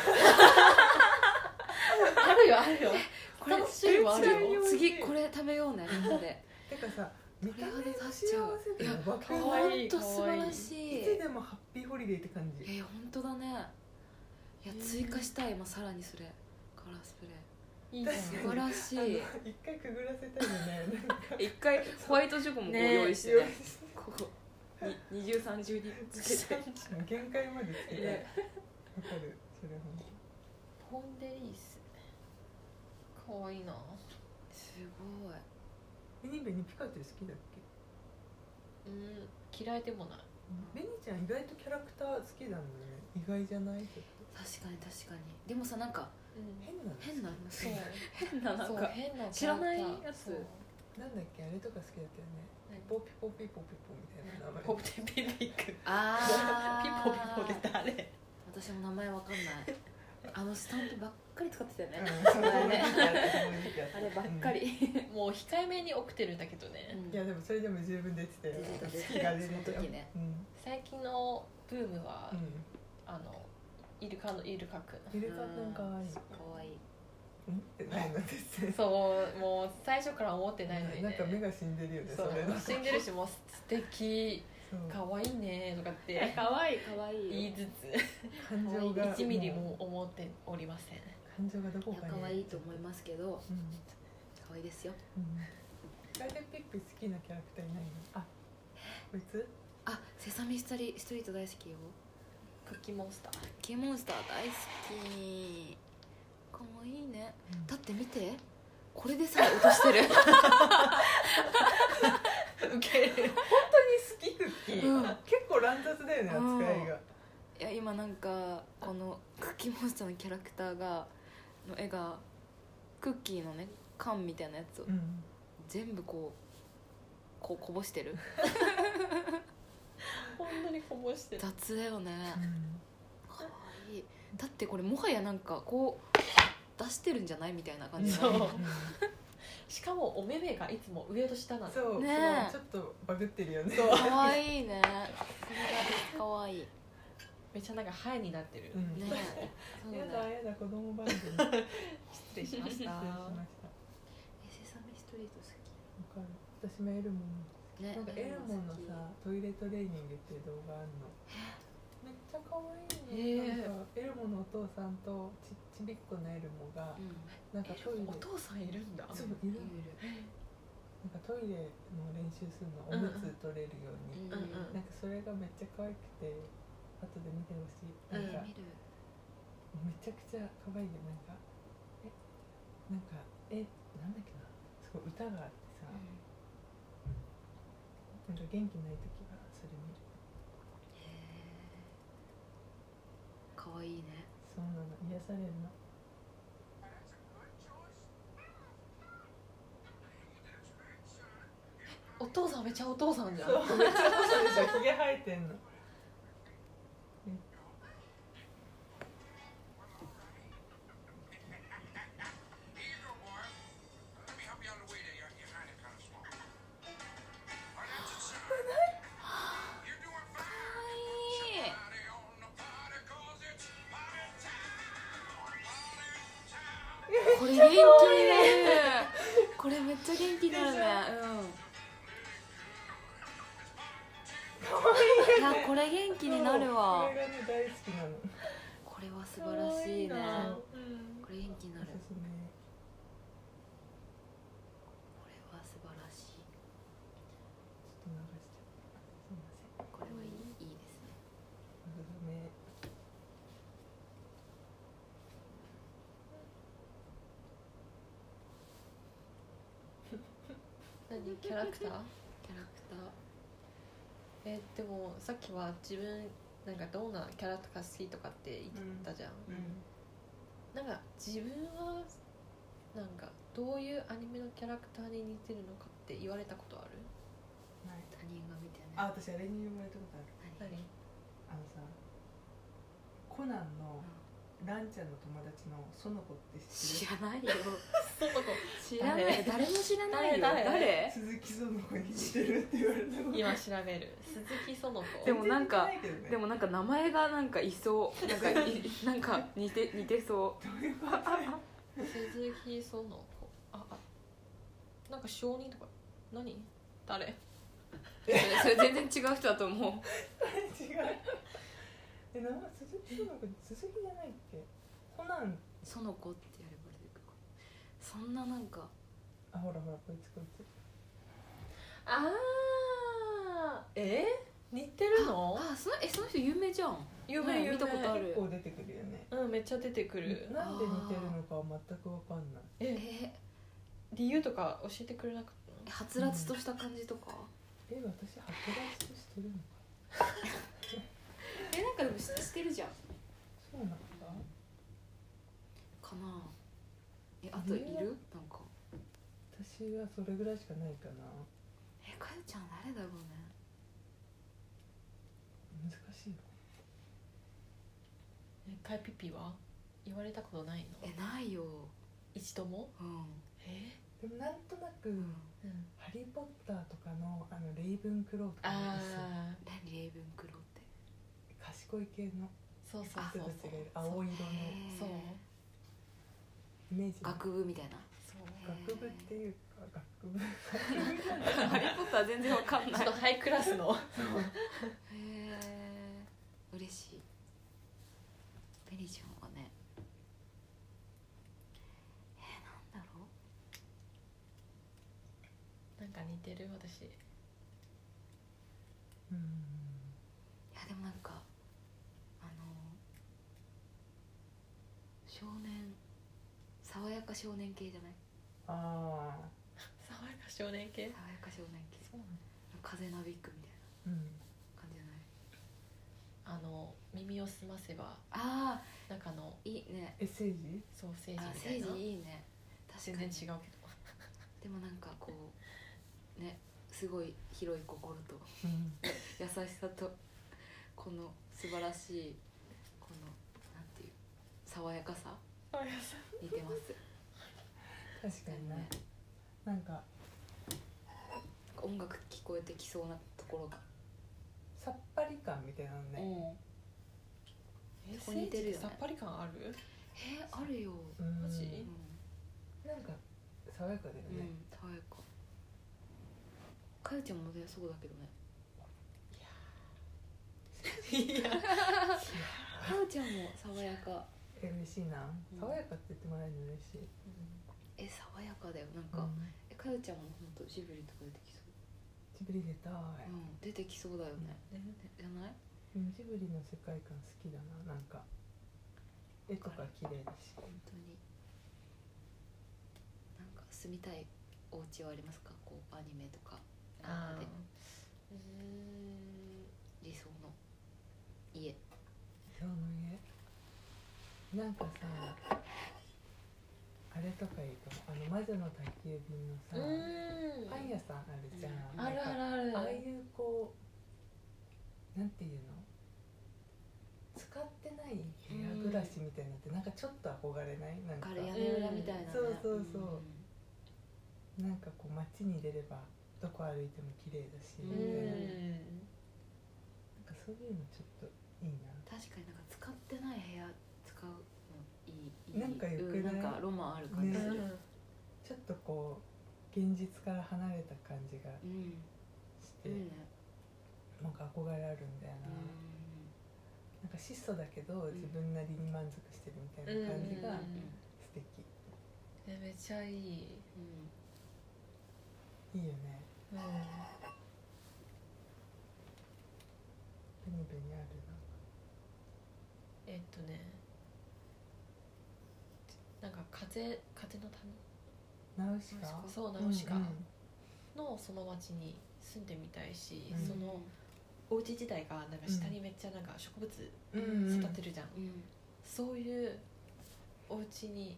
[SPEAKER 2] るよあるよ
[SPEAKER 1] これ
[SPEAKER 2] 楽しいわあるよ
[SPEAKER 3] よ
[SPEAKER 1] 次これ食べようねみんなで
[SPEAKER 3] てかさ見た目の
[SPEAKER 1] 鳥肌
[SPEAKER 3] 幸
[SPEAKER 1] 立
[SPEAKER 3] せ
[SPEAKER 1] っち
[SPEAKER 3] で
[SPEAKER 1] ゃう
[SPEAKER 3] やばく
[SPEAKER 2] かわ
[SPEAKER 3] ないい
[SPEAKER 2] や
[SPEAKER 1] 本当素晴らしい
[SPEAKER 3] いつでもハッピーホリデーって感
[SPEAKER 1] え
[SPEAKER 3] じ
[SPEAKER 1] ー、本当だねいや
[SPEAKER 2] うん
[SPEAKER 1] 追加したい今さらにそれカラースプレ
[SPEAKER 2] いいじゃん
[SPEAKER 1] ー素晴らしい
[SPEAKER 3] あの一回くぐらせたいよねなんか
[SPEAKER 1] 一回ホワイトチョコもご用意して、ねここに二重三重につけて
[SPEAKER 3] 限界までつけたいわ
[SPEAKER 1] ね
[SPEAKER 3] かるそれ本
[SPEAKER 2] ポンデリースかわいいな
[SPEAKER 1] すごい
[SPEAKER 3] 当ベニベニピカチュウ好きだっけ
[SPEAKER 2] うん嫌いでもない
[SPEAKER 3] ベニちゃん意外とキャラクター好きなんだね意外じゃないちょっと
[SPEAKER 1] 確かに確かにでもさなんか
[SPEAKER 3] 変なの
[SPEAKER 1] 変な話
[SPEAKER 2] そう
[SPEAKER 1] 変ななん
[SPEAKER 2] そう
[SPEAKER 1] か
[SPEAKER 2] 変な
[SPEAKER 1] 知らないやつ
[SPEAKER 2] そう
[SPEAKER 3] なんだっけあれとか好きだったよねピポピポピポピポみたいな名前
[SPEAKER 2] ポテピピックピ
[SPEAKER 1] あー
[SPEAKER 2] ポピポで誰
[SPEAKER 1] 私も名前わかんないあのスタンプばっかり使ってたよ
[SPEAKER 3] うん
[SPEAKER 1] ね、
[SPEAKER 3] そうそういう時期あったそういう時
[SPEAKER 1] あれば
[SPEAKER 3] 期あった
[SPEAKER 1] っかり、
[SPEAKER 2] もう控えめに送ってるんだけど
[SPEAKER 1] う
[SPEAKER 2] ね
[SPEAKER 1] ん
[SPEAKER 3] うんいやでもそれでも十分出てたよ
[SPEAKER 1] 出てた出てたその
[SPEAKER 3] 好きが出てたよ
[SPEAKER 1] 時ね
[SPEAKER 3] うん
[SPEAKER 2] 最近のブームは
[SPEAKER 3] う
[SPEAKER 2] あのイルカのイルカくん
[SPEAKER 3] んイルカくんかわいい
[SPEAKER 1] かわいい
[SPEAKER 3] うんってなんですね
[SPEAKER 2] そうもう最初から思ってないのに
[SPEAKER 3] なん
[SPEAKER 2] ね
[SPEAKER 3] か目が死んでるよね
[SPEAKER 2] そ
[SPEAKER 3] そうれの
[SPEAKER 2] 死んでるしもう素敵
[SPEAKER 3] そう
[SPEAKER 2] 可愛いねとかって
[SPEAKER 1] かわいいかわい
[SPEAKER 2] 言
[SPEAKER 1] い
[SPEAKER 2] い
[SPEAKER 1] よ
[SPEAKER 2] つ
[SPEAKER 3] 感情が
[SPEAKER 2] つ1ミリも思っておりません
[SPEAKER 3] 感情がど
[SPEAKER 1] い
[SPEAKER 3] こ
[SPEAKER 1] や
[SPEAKER 3] か
[SPEAKER 1] か
[SPEAKER 3] に
[SPEAKER 1] わいいと思いますけど
[SPEAKER 3] うん
[SPEAKER 1] かわいいですよ
[SPEAKER 3] うんガーデンピック好きなキャラクターいないのあこいつ
[SPEAKER 1] あセサミストリストリート大好きよ
[SPEAKER 2] クッキーモンスター
[SPEAKER 1] キーモンスター大好きかわいいねだって見てこれでさえ落と してる
[SPEAKER 2] ウケ る
[SPEAKER 3] 好きクッキ
[SPEAKER 1] ーうん
[SPEAKER 3] 結構乱雑だよね扱いが
[SPEAKER 1] いや今なんかこのクッキーモンスターのキャラクターがの絵がクッキーのね缶みたいなやつを
[SPEAKER 3] うん
[SPEAKER 1] 全部こうこうこぼしてる
[SPEAKER 2] 本当にこぼしてる
[SPEAKER 1] 雑だよね
[SPEAKER 3] うん
[SPEAKER 1] かわいいだってこれもはやなんかこう出してるんじゃないみたいな感じ
[SPEAKER 2] そう
[SPEAKER 1] の
[SPEAKER 2] しかもお目目がいつも上と下なの
[SPEAKER 3] そう、
[SPEAKER 1] ねえ
[SPEAKER 3] そうちょっとバグってるよね
[SPEAKER 2] そう
[SPEAKER 1] かわいいねそれがかわいいね
[SPEAKER 2] めっちゃなんかハイになってる、
[SPEAKER 3] うん
[SPEAKER 1] えそう
[SPEAKER 3] や
[SPEAKER 1] だ
[SPEAKER 3] だ
[SPEAKER 1] ね
[SPEAKER 3] やだ子供番組失礼し
[SPEAKER 2] 失礼しました
[SPEAKER 3] ましたわ
[SPEAKER 1] えセサミストリート好
[SPEAKER 3] かる私もエルモン
[SPEAKER 1] きね
[SPEAKER 3] なんかエルモンのさトイレトレーニングっていう動画あるのめっちゃ可愛いの、
[SPEAKER 2] へえ
[SPEAKER 3] なんかエルモのお父さんとちちびっこのエルモが
[SPEAKER 1] うん
[SPEAKER 3] なんかトイレ
[SPEAKER 2] お父さんいるんだ
[SPEAKER 3] そういる
[SPEAKER 1] いろいろ
[SPEAKER 3] なんかトイレの練習するのおむつ取れるように、
[SPEAKER 2] うんうん
[SPEAKER 3] なんかそれがめっちゃ可愛くて後で見てほしいなんか、
[SPEAKER 1] え見る
[SPEAKER 3] めちゃくちゃ可愛いよなんかえなんかえなんだっけなすごい歌があってさ、
[SPEAKER 1] うん
[SPEAKER 3] なんか元気ない時はそれ見る
[SPEAKER 1] へえかわいいね
[SPEAKER 3] そうなの癒されるの
[SPEAKER 2] お父さんめっちゃお父さんじゃん
[SPEAKER 3] そうめっちゃ細いでしょひげ生えてんの
[SPEAKER 1] かわいいこれ元気になるこれめっちゃ元気になるねうんいやこれ元気になるわ
[SPEAKER 3] そうこれがね大好きなの
[SPEAKER 1] これは素晴らしいね
[SPEAKER 2] 可愛な
[SPEAKER 1] これ元気になる
[SPEAKER 3] おすすめ
[SPEAKER 1] これは素晴らしい
[SPEAKER 3] ちょっ
[SPEAKER 1] こ
[SPEAKER 3] と流してすいません
[SPEAKER 1] れはいいいいですね
[SPEAKER 3] おすすめ
[SPEAKER 2] 何キャラクター
[SPEAKER 1] キャラクター
[SPEAKER 2] えでもさっきは自分なんかどんなキャラとか好きとかって言ってたじゃん、なんか自分はなんかどういうアニメのキャラクターに似てるのかって言われたことある
[SPEAKER 3] はい
[SPEAKER 1] 他人が見てね
[SPEAKER 3] あ私あれに呼ばれたことある
[SPEAKER 1] 何
[SPEAKER 2] 何
[SPEAKER 3] あのさコナン
[SPEAKER 1] う
[SPEAKER 3] のランちゃんの友達の園子って
[SPEAKER 1] ん
[SPEAKER 3] 知
[SPEAKER 1] 知
[SPEAKER 3] ってる
[SPEAKER 1] らないよ
[SPEAKER 2] その子
[SPEAKER 1] 知らない
[SPEAKER 2] 誰
[SPEAKER 1] 誰も知らないよ
[SPEAKER 2] 誰誰
[SPEAKER 1] 誰
[SPEAKER 3] 鈴木園子に似てるって言われたこと
[SPEAKER 2] 今調べる鈴木園子
[SPEAKER 1] でもなんか
[SPEAKER 3] 全然似てないけどね
[SPEAKER 1] でもなんか名前がなんかいそうなんかいなんか似て似てそ
[SPEAKER 3] どういうこと
[SPEAKER 2] 鈴木園子ああなんか小人とか何誰
[SPEAKER 1] うそれ全然違う人だと思う
[SPEAKER 3] 違うえ名前鈴木園子鈴木じゃないっけコナン
[SPEAKER 1] 園子ってやれば出てくるかそんななんか
[SPEAKER 3] あほらほらこいつこいつ
[SPEAKER 2] ああえ似てるの
[SPEAKER 1] あそのえその人有名じゃん
[SPEAKER 2] 有
[SPEAKER 1] ね
[SPEAKER 2] 名有名
[SPEAKER 1] 見たことある
[SPEAKER 3] 結構出てくるよね
[SPEAKER 2] うんめっちゃ出てくる
[SPEAKER 3] なんで似てるのかは全くわかんない
[SPEAKER 1] え
[SPEAKER 2] え
[SPEAKER 1] ー
[SPEAKER 2] 理由とか教えてくれなく
[SPEAKER 1] えはつらつとした感じとか、
[SPEAKER 3] え私白髪としてるのか
[SPEAKER 1] えなんかでもししてるじゃん
[SPEAKER 3] そうなんだ
[SPEAKER 1] かなえあといるなんか
[SPEAKER 3] 私はそれぐらいしかないかな
[SPEAKER 1] えかゆちゃん誰だろうね
[SPEAKER 3] 難しいよ
[SPEAKER 2] えかいぴぴは言われたことないの
[SPEAKER 1] えないよ
[SPEAKER 2] 一度も
[SPEAKER 1] うん
[SPEAKER 2] え
[SPEAKER 3] でもなんとなく、
[SPEAKER 1] うん
[SPEAKER 2] うん
[SPEAKER 3] ハリー・ポッター」とかのあのレイブンクローとかの
[SPEAKER 2] あ
[SPEAKER 3] 椅
[SPEAKER 2] あ
[SPEAKER 1] 何レイブンクローって
[SPEAKER 3] 子賢い系の
[SPEAKER 2] そうそう
[SPEAKER 3] 人
[SPEAKER 2] そう
[SPEAKER 3] た
[SPEAKER 2] そ
[SPEAKER 3] ち
[SPEAKER 2] う
[SPEAKER 3] がいる青色の
[SPEAKER 1] へー
[SPEAKER 2] そう
[SPEAKER 3] イメージ
[SPEAKER 1] 学部みたいな
[SPEAKER 2] そう
[SPEAKER 3] 学部っていうか学部
[SPEAKER 1] ハリー・ポッター全然わかん
[SPEAKER 2] ちょっとハイクラスの
[SPEAKER 1] へえ嬉しいベリちゃんはねえー、なんだろう
[SPEAKER 2] なんか似てる私
[SPEAKER 3] うん
[SPEAKER 1] いやでもなんかあの少年爽やか少年系じゃない
[SPEAKER 3] ああ
[SPEAKER 2] 爽やか少年系
[SPEAKER 1] 爽やか少年系
[SPEAKER 2] そうなの
[SPEAKER 1] 風なびくみたい
[SPEAKER 3] うん
[SPEAKER 1] な感じじゃない
[SPEAKER 2] あの耳を澄ませば
[SPEAKER 1] あ
[SPEAKER 2] 中の
[SPEAKER 1] あいいね
[SPEAKER 3] エッセージ
[SPEAKER 2] ソーセージ
[SPEAKER 1] あ
[SPEAKER 2] みたい
[SPEAKER 1] 政
[SPEAKER 2] な
[SPEAKER 1] 治いいね確
[SPEAKER 2] 全
[SPEAKER 1] か
[SPEAKER 2] 然違
[SPEAKER 1] に
[SPEAKER 2] うけど
[SPEAKER 1] でもなんかこうねすごい広い心と
[SPEAKER 3] うん
[SPEAKER 1] 優しさとこの素晴らしいこのなんていう爽やかさ
[SPEAKER 2] 爽やかさ
[SPEAKER 1] 似てます
[SPEAKER 3] 確か
[SPEAKER 1] だよ
[SPEAKER 3] に
[SPEAKER 1] ね
[SPEAKER 3] ねなんか
[SPEAKER 1] なんか音楽聞こえてきそうなところが、
[SPEAKER 3] さっぱり感みたいなのね
[SPEAKER 1] うん
[SPEAKER 2] え
[SPEAKER 1] ここ似てるよね
[SPEAKER 2] セージってさっぱり感ある
[SPEAKER 1] えー、あるよ、
[SPEAKER 3] うん
[SPEAKER 2] マジ
[SPEAKER 1] うん
[SPEAKER 3] なんか爽やかだよ
[SPEAKER 1] う
[SPEAKER 3] ね
[SPEAKER 1] ん、爽やかかゆちゃんもねそうだけどね
[SPEAKER 2] いや
[SPEAKER 1] かゆちゃんも爽や か
[SPEAKER 3] え嬉しい
[SPEAKER 1] う
[SPEAKER 3] な
[SPEAKER 1] ん
[SPEAKER 3] 爽やかって言ってもらえるの嬉しい
[SPEAKER 1] え爽やかだよなん
[SPEAKER 3] う
[SPEAKER 1] か、
[SPEAKER 3] ん
[SPEAKER 1] えかゆちゃんもほんとジブリとか出てきそう、
[SPEAKER 3] ジブリ出たい
[SPEAKER 1] うん、出てきそうだよね、
[SPEAKER 2] ね
[SPEAKER 1] ねじゃない
[SPEAKER 3] うんジブリの世界観好きだななんか絵とか綺麗だし
[SPEAKER 1] 本当になんか住みたいお家はありますかこうアニメとか
[SPEAKER 2] あ
[SPEAKER 1] なんか
[SPEAKER 2] ー
[SPEAKER 1] で
[SPEAKER 2] うーん
[SPEAKER 1] 理想の家
[SPEAKER 3] 今日の家なんかさあれとかいいかもあの魔女の宅急便のさ
[SPEAKER 2] うーん
[SPEAKER 3] パン屋さんあるじゃん,、
[SPEAKER 1] うん
[SPEAKER 2] あるあるある
[SPEAKER 3] ああいうこうなんていうの使ってない部屋暮らしみたいなのってなんかちょっと憧れないなんか
[SPEAKER 1] ガレ屋根裏みたいなね、
[SPEAKER 3] そうそうそうんなんかこう街に出ればどこ歩いても綺麗だし、
[SPEAKER 1] う
[SPEAKER 2] う
[SPEAKER 3] みたいななん
[SPEAKER 2] ん
[SPEAKER 3] かそういうのちょっといいな
[SPEAKER 1] 確かになんか使ってない部屋使うのいいいい
[SPEAKER 3] なんか良くない
[SPEAKER 1] うんなんかロマンある感じする、
[SPEAKER 2] うん
[SPEAKER 3] ちょっとこう現実から離れた感じが
[SPEAKER 1] うん
[SPEAKER 3] して、
[SPEAKER 1] いいね
[SPEAKER 3] なんか憧れあるんだよ
[SPEAKER 1] う
[SPEAKER 3] な、
[SPEAKER 1] ん
[SPEAKER 3] なんか質素だけど自分なりに満足してるみたいな感じが
[SPEAKER 2] うん
[SPEAKER 3] 素敵、
[SPEAKER 2] えめっちゃいい
[SPEAKER 1] うん
[SPEAKER 3] いいよね
[SPEAKER 2] うん
[SPEAKER 3] ベニベニあるな
[SPEAKER 2] えっとねなんか風風の谷
[SPEAKER 3] ナウシカ
[SPEAKER 1] ナウシ
[SPEAKER 2] そうナウシカのその町に住んでみたいし、
[SPEAKER 3] うん
[SPEAKER 2] そのお家自体がなんか下にめっちゃなんか植物
[SPEAKER 3] うんう
[SPEAKER 2] 育
[SPEAKER 3] ん
[SPEAKER 2] てるじゃん、
[SPEAKER 1] うん
[SPEAKER 2] そういうお家に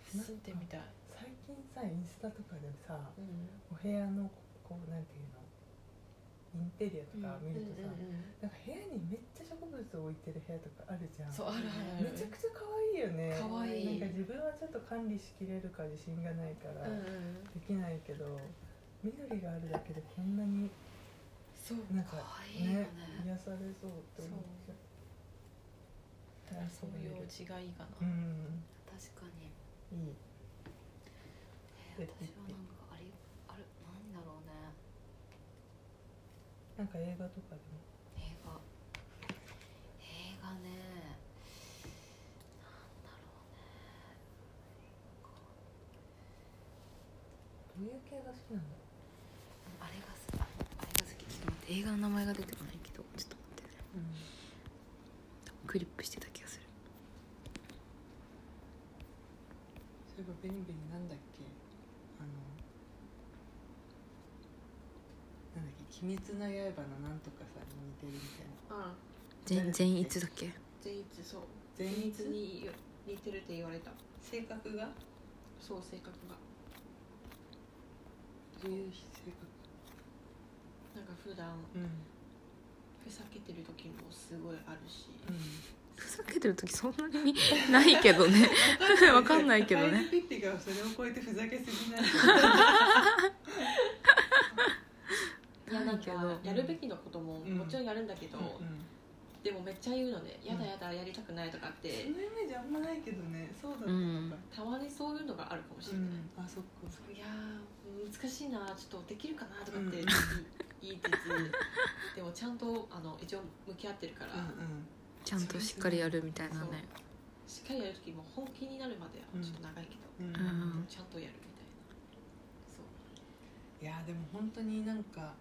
[SPEAKER 2] 住んでみたい、
[SPEAKER 3] 最近さインスタとかでさ
[SPEAKER 2] うん、
[SPEAKER 3] お部屋のこうなんていうのインテリアとか
[SPEAKER 2] う
[SPEAKER 3] 見
[SPEAKER 2] んうん
[SPEAKER 3] るとさ、なんか部屋にめっちゃ植物置いてる部屋とかあるじ
[SPEAKER 2] う
[SPEAKER 3] ゃ
[SPEAKER 2] んんそうあるあるあ
[SPEAKER 3] めち
[SPEAKER 2] る
[SPEAKER 3] ゃくちゃ可愛いよね
[SPEAKER 2] 可
[SPEAKER 1] い
[SPEAKER 2] 愛
[SPEAKER 3] なんか自分はちょっと管理しきれるか自信がないか
[SPEAKER 2] う
[SPEAKER 3] ら
[SPEAKER 2] んうん
[SPEAKER 3] できないけど、緑があるだけでこんなに
[SPEAKER 2] そう
[SPEAKER 3] なんか
[SPEAKER 1] かわいいよね
[SPEAKER 3] ね癒されそうって思っちゃう楽し
[SPEAKER 2] そういうお家がいいかな、
[SPEAKER 3] うん
[SPEAKER 1] 確かに
[SPEAKER 3] いい
[SPEAKER 1] えー私はなんかあれあれ何だろうね
[SPEAKER 3] なんか映画とかでも
[SPEAKER 1] 映画映画ねなんだろうね
[SPEAKER 3] どういう系が好きなの
[SPEAKER 1] あれがすああれが好きちょっと待って映画の名前が出てこないけどちょっと待ってねクリップしてた気がする
[SPEAKER 3] そういえばベニベニなんだっけあのなんだっけ鬼滅の刃のなんとかさに似てるみたい
[SPEAKER 2] あ
[SPEAKER 3] な
[SPEAKER 1] 全然いつだっけ
[SPEAKER 2] 全員そう
[SPEAKER 3] 全員
[SPEAKER 2] に似てるって言われた
[SPEAKER 3] 性格が
[SPEAKER 2] そう性格が
[SPEAKER 3] どういう性格
[SPEAKER 2] なんか普段
[SPEAKER 3] うんうん
[SPEAKER 2] ふざけてる時もすごいあるし
[SPEAKER 1] ふざけてる時そんなにないけどね わかん ないけど
[SPEAKER 3] ハイ
[SPEAKER 1] ね
[SPEAKER 3] ズピッピがそれを超えてふざけす ぎない
[SPEAKER 2] いやなん
[SPEAKER 1] けど
[SPEAKER 2] かやるべきのことも
[SPEAKER 3] うん
[SPEAKER 2] もちろんやるんだけど、
[SPEAKER 3] うん
[SPEAKER 2] でもめっちゃ言うのね「やだやだやりたくない」とかって、
[SPEAKER 3] そのイメージあんまないけどねそうだった
[SPEAKER 1] う
[SPEAKER 3] の
[SPEAKER 1] ん
[SPEAKER 3] か
[SPEAKER 2] たまにそういうのがあるかもし
[SPEAKER 3] う
[SPEAKER 2] れない、
[SPEAKER 3] んあそっか
[SPEAKER 2] いやー難しいなちょっとできるかなとかって
[SPEAKER 3] うん
[SPEAKER 2] 言いつつでもちゃんとあの一応向き合ってるから、
[SPEAKER 3] うん
[SPEAKER 1] ちゃんとしっかりやるみたいなね
[SPEAKER 2] しっかりやる時も本気になるまで
[SPEAKER 3] うん
[SPEAKER 2] はちょっと長いけど、
[SPEAKER 3] うん
[SPEAKER 1] う
[SPEAKER 3] う
[SPEAKER 1] ん
[SPEAKER 3] ん
[SPEAKER 2] ちゃんとやるみたいなそう
[SPEAKER 3] いやでも本当になんか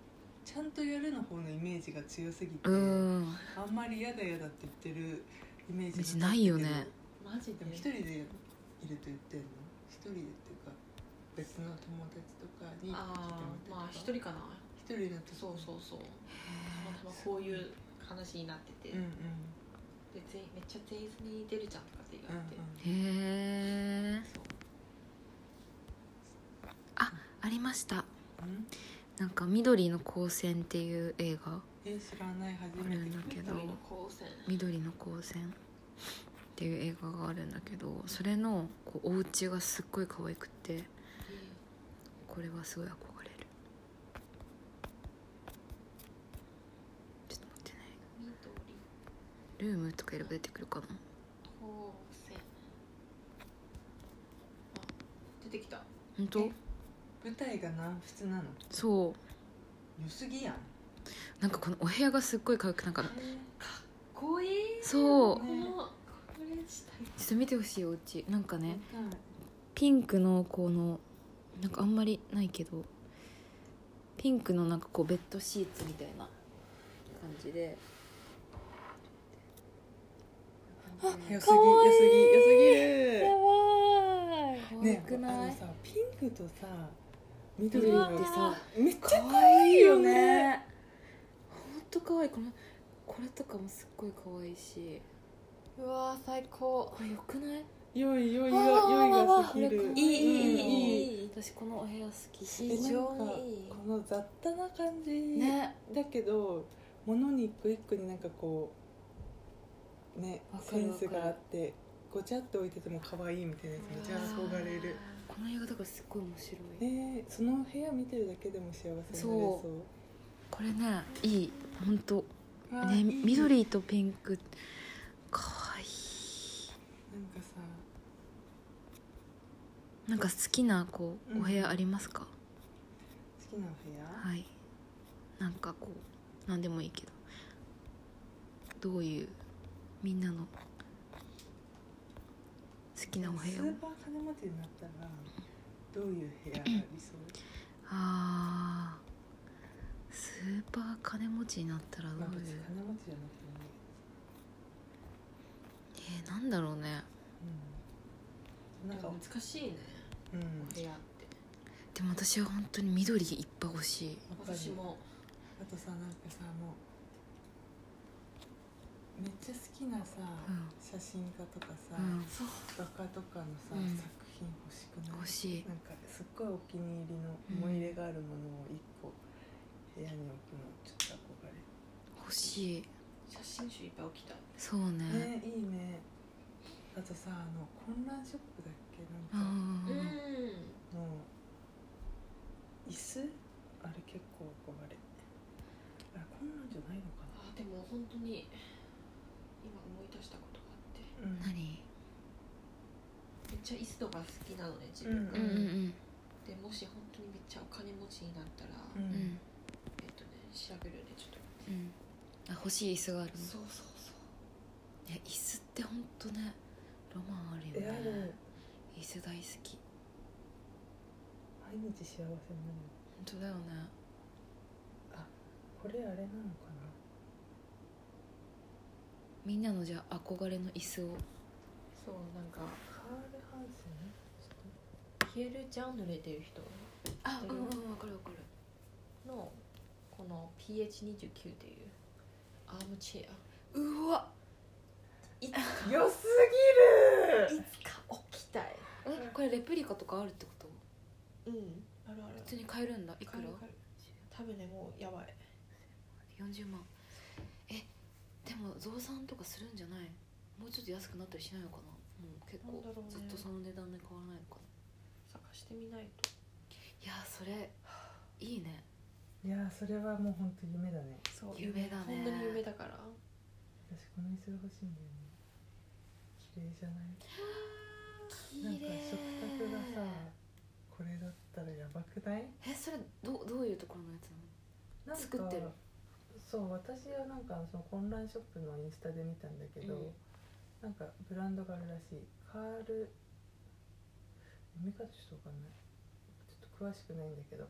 [SPEAKER 3] ちゃんとやるの方のイメージが強すぎて、
[SPEAKER 1] うん
[SPEAKER 3] あんまりやだやだって言ってるイメージ
[SPEAKER 1] ないよね
[SPEAKER 2] マジ
[SPEAKER 3] で
[SPEAKER 2] で
[SPEAKER 3] も一人でいると言ってんの一人でっていうか別の友達とかに来てもら
[SPEAKER 2] ああまあ
[SPEAKER 3] ったり
[SPEAKER 2] 一
[SPEAKER 3] とか
[SPEAKER 2] 人かな
[SPEAKER 3] 一人だと
[SPEAKER 2] そうそうそうたまたまこういう話になってて、
[SPEAKER 3] うんうん
[SPEAKER 2] で全員めっちゃ全員に出るじゃんとかって言
[SPEAKER 3] うんう
[SPEAKER 2] われて、
[SPEAKER 1] へえ
[SPEAKER 2] そう
[SPEAKER 1] ありました
[SPEAKER 3] んうん
[SPEAKER 1] なんか「緑の光線」っていう映画
[SPEAKER 3] え知らない初
[SPEAKER 1] あ
[SPEAKER 3] め
[SPEAKER 1] る
[SPEAKER 3] て
[SPEAKER 1] んだ
[SPEAKER 3] 聞い
[SPEAKER 1] け
[SPEAKER 3] た
[SPEAKER 1] ど
[SPEAKER 2] 旅の光線
[SPEAKER 1] 「緑の光線」っていう映画があるんだけどそれのこうお家がすっごい可愛くてこれはすごい憧れるちょっと待ってね
[SPEAKER 2] 緑
[SPEAKER 1] ルームとか色々出てくるかな
[SPEAKER 2] 光線あ出てきた
[SPEAKER 1] 本当
[SPEAKER 3] え舞台が南仏なの
[SPEAKER 1] そう
[SPEAKER 3] 良すぎやん
[SPEAKER 1] なんかこのお部屋がすっごい可愛くなんかちょ
[SPEAKER 2] こいい
[SPEAKER 1] そう
[SPEAKER 2] このこれ自体
[SPEAKER 1] っと見てほしいお家なんかね
[SPEAKER 3] うん
[SPEAKER 1] ピンクのこのなんかあんまりないけどピンクのなんかこうベッドシーツみたいな感じで
[SPEAKER 3] あ良す
[SPEAKER 1] か
[SPEAKER 3] ぎ
[SPEAKER 1] わいい
[SPEAKER 3] 良すぎ良すぎる
[SPEAKER 1] ばい可愛
[SPEAKER 3] ね
[SPEAKER 1] くない、
[SPEAKER 3] あのさピンクとさ緑の
[SPEAKER 1] 緑ってさ
[SPEAKER 3] めっちゃ
[SPEAKER 1] 可愛いよねほんと可愛いこのこれとかもすっごい可愛いし
[SPEAKER 2] うわ最高
[SPEAKER 1] これよくない
[SPEAKER 3] 良い良いが
[SPEAKER 2] あー
[SPEAKER 3] 良いがすぎ
[SPEAKER 1] これ
[SPEAKER 3] る
[SPEAKER 1] 可愛
[SPEAKER 2] いいいい
[SPEAKER 1] うん
[SPEAKER 2] いいいい
[SPEAKER 1] 私このお部屋好き
[SPEAKER 2] 非常にいい
[SPEAKER 3] この雑多な感じ、
[SPEAKER 1] ね
[SPEAKER 3] だけど物に一個一個になんかこうね
[SPEAKER 1] わか
[SPEAKER 3] セ
[SPEAKER 1] る
[SPEAKER 3] ンスがあってごちゃっと置いてても可愛いみたいなやつめっちゃ憧れる
[SPEAKER 1] この映画だからすっごい面白い
[SPEAKER 3] ねその部屋見てるだけでも幸せになれそ
[SPEAKER 1] そうこれねいい本当
[SPEAKER 3] うわーい
[SPEAKER 1] ね
[SPEAKER 3] い
[SPEAKER 1] 緑とピンク可愛い
[SPEAKER 3] なんかさ
[SPEAKER 1] なんか好きなこ
[SPEAKER 3] う
[SPEAKER 1] うんお部屋ありますか、
[SPEAKER 3] 好きなお部屋、
[SPEAKER 1] はいなんかこうなんでもいいけどどういうみんなの好きなお部
[SPEAKER 3] ス
[SPEAKER 1] 屋を
[SPEAKER 3] ーパー金持ちになったらどういう部屋が理想
[SPEAKER 1] あースーパー金持ちになったらど
[SPEAKER 3] まあ
[SPEAKER 1] うい
[SPEAKER 3] 別に
[SPEAKER 1] う
[SPEAKER 3] 金持ちじゃなくてもいい
[SPEAKER 1] えー、なんだろうね
[SPEAKER 3] うんなんか
[SPEAKER 2] 難しいね
[SPEAKER 3] うんわ
[SPEAKER 2] お部屋って
[SPEAKER 1] でも私は本当に緑いっぱい欲しい
[SPEAKER 3] かる
[SPEAKER 2] 私も
[SPEAKER 3] あとさなんかさもうめっちゃ好きなさ、
[SPEAKER 1] うん
[SPEAKER 3] 写真家とかさ、
[SPEAKER 1] うん
[SPEAKER 2] そう
[SPEAKER 3] 画家とかのさ、
[SPEAKER 1] うん
[SPEAKER 3] 作品欲しくない
[SPEAKER 1] 欲しい
[SPEAKER 3] なんかすっごいお気に入りの思い入れがあるものを一個部屋に置くのちょっと憧れ
[SPEAKER 1] 欲しい
[SPEAKER 2] 写真集いっぱい起きた
[SPEAKER 1] そうね
[SPEAKER 3] ねいいねあとさあの混乱ショップだっけ
[SPEAKER 1] う
[SPEAKER 3] なんか
[SPEAKER 1] ん
[SPEAKER 3] の椅子あれ結構憧れあれ混乱じゃないのかな
[SPEAKER 2] あでも本当に今思い出したことがあって
[SPEAKER 3] うん
[SPEAKER 1] 何
[SPEAKER 2] めっちゃ椅子とか好きなのね自
[SPEAKER 3] うん
[SPEAKER 2] 分が、
[SPEAKER 1] うんうんうん
[SPEAKER 2] でもし本当にめっちゃお金持ちになったら、
[SPEAKER 3] う
[SPEAKER 1] う
[SPEAKER 3] ん
[SPEAKER 1] ん
[SPEAKER 2] えっとね調べるねちょっと、
[SPEAKER 1] うんあ欲しい椅子があるの
[SPEAKER 2] そうそうそう
[SPEAKER 1] いや椅子ってほんとねロマンある
[SPEAKER 3] え
[SPEAKER 1] よ
[SPEAKER 3] あ
[SPEAKER 1] ね
[SPEAKER 3] る
[SPEAKER 1] 椅子大好き
[SPEAKER 3] 毎日幸せになる
[SPEAKER 1] ほんとだよね
[SPEAKER 3] これあれなのかな
[SPEAKER 1] みんなのじゃあ憧れの椅子を
[SPEAKER 2] そうなんか
[SPEAKER 3] カールハンセンちょっと
[SPEAKER 2] ピエール・ジャンヌレっていう人
[SPEAKER 1] あ
[SPEAKER 2] うんうん
[SPEAKER 1] わかるわかる
[SPEAKER 2] のこの PH29 っていうアームチェア
[SPEAKER 1] うわ
[SPEAKER 2] いつか
[SPEAKER 3] 良すぎる
[SPEAKER 2] いつか起きたい
[SPEAKER 1] えこれレプリカとかあるってこと
[SPEAKER 2] うんあるある
[SPEAKER 1] 普通に買えるんだいくら
[SPEAKER 2] 買える買える多分ねもうやばい
[SPEAKER 1] 40万えでも増産とかするんじゃないもうちょっと安くなったりしないのかなもう結
[SPEAKER 2] な
[SPEAKER 1] 構
[SPEAKER 2] んだろうね
[SPEAKER 1] ずっとその値段で買わないのかな
[SPEAKER 2] 探してみな
[SPEAKER 1] い
[SPEAKER 2] い
[SPEAKER 1] やそれいいね
[SPEAKER 3] いやーそれはもう本当夢だね
[SPEAKER 2] とそう
[SPEAKER 1] 夢だね
[SPEAKER 2] 本当に夢だから
[SPEAKER 3] 私この椅子が欲しいんだよね綺麗じゃないなんか食卓がさこれだったらやばくない
[SPEAKER 1] えそれどどういうところのやつなの
[SPEAKER 3] なんか
[SPEAKER 1] 作ってる
[SPEAKER 3] そう私はなんかその混乱ショップのインスタで見たんだけど、
[SPEAKER 1] うん
[SPEAKER 3] なんかブランドがあるらしいカール読み方ちょっとわかんないちょっと詳しくないんだけど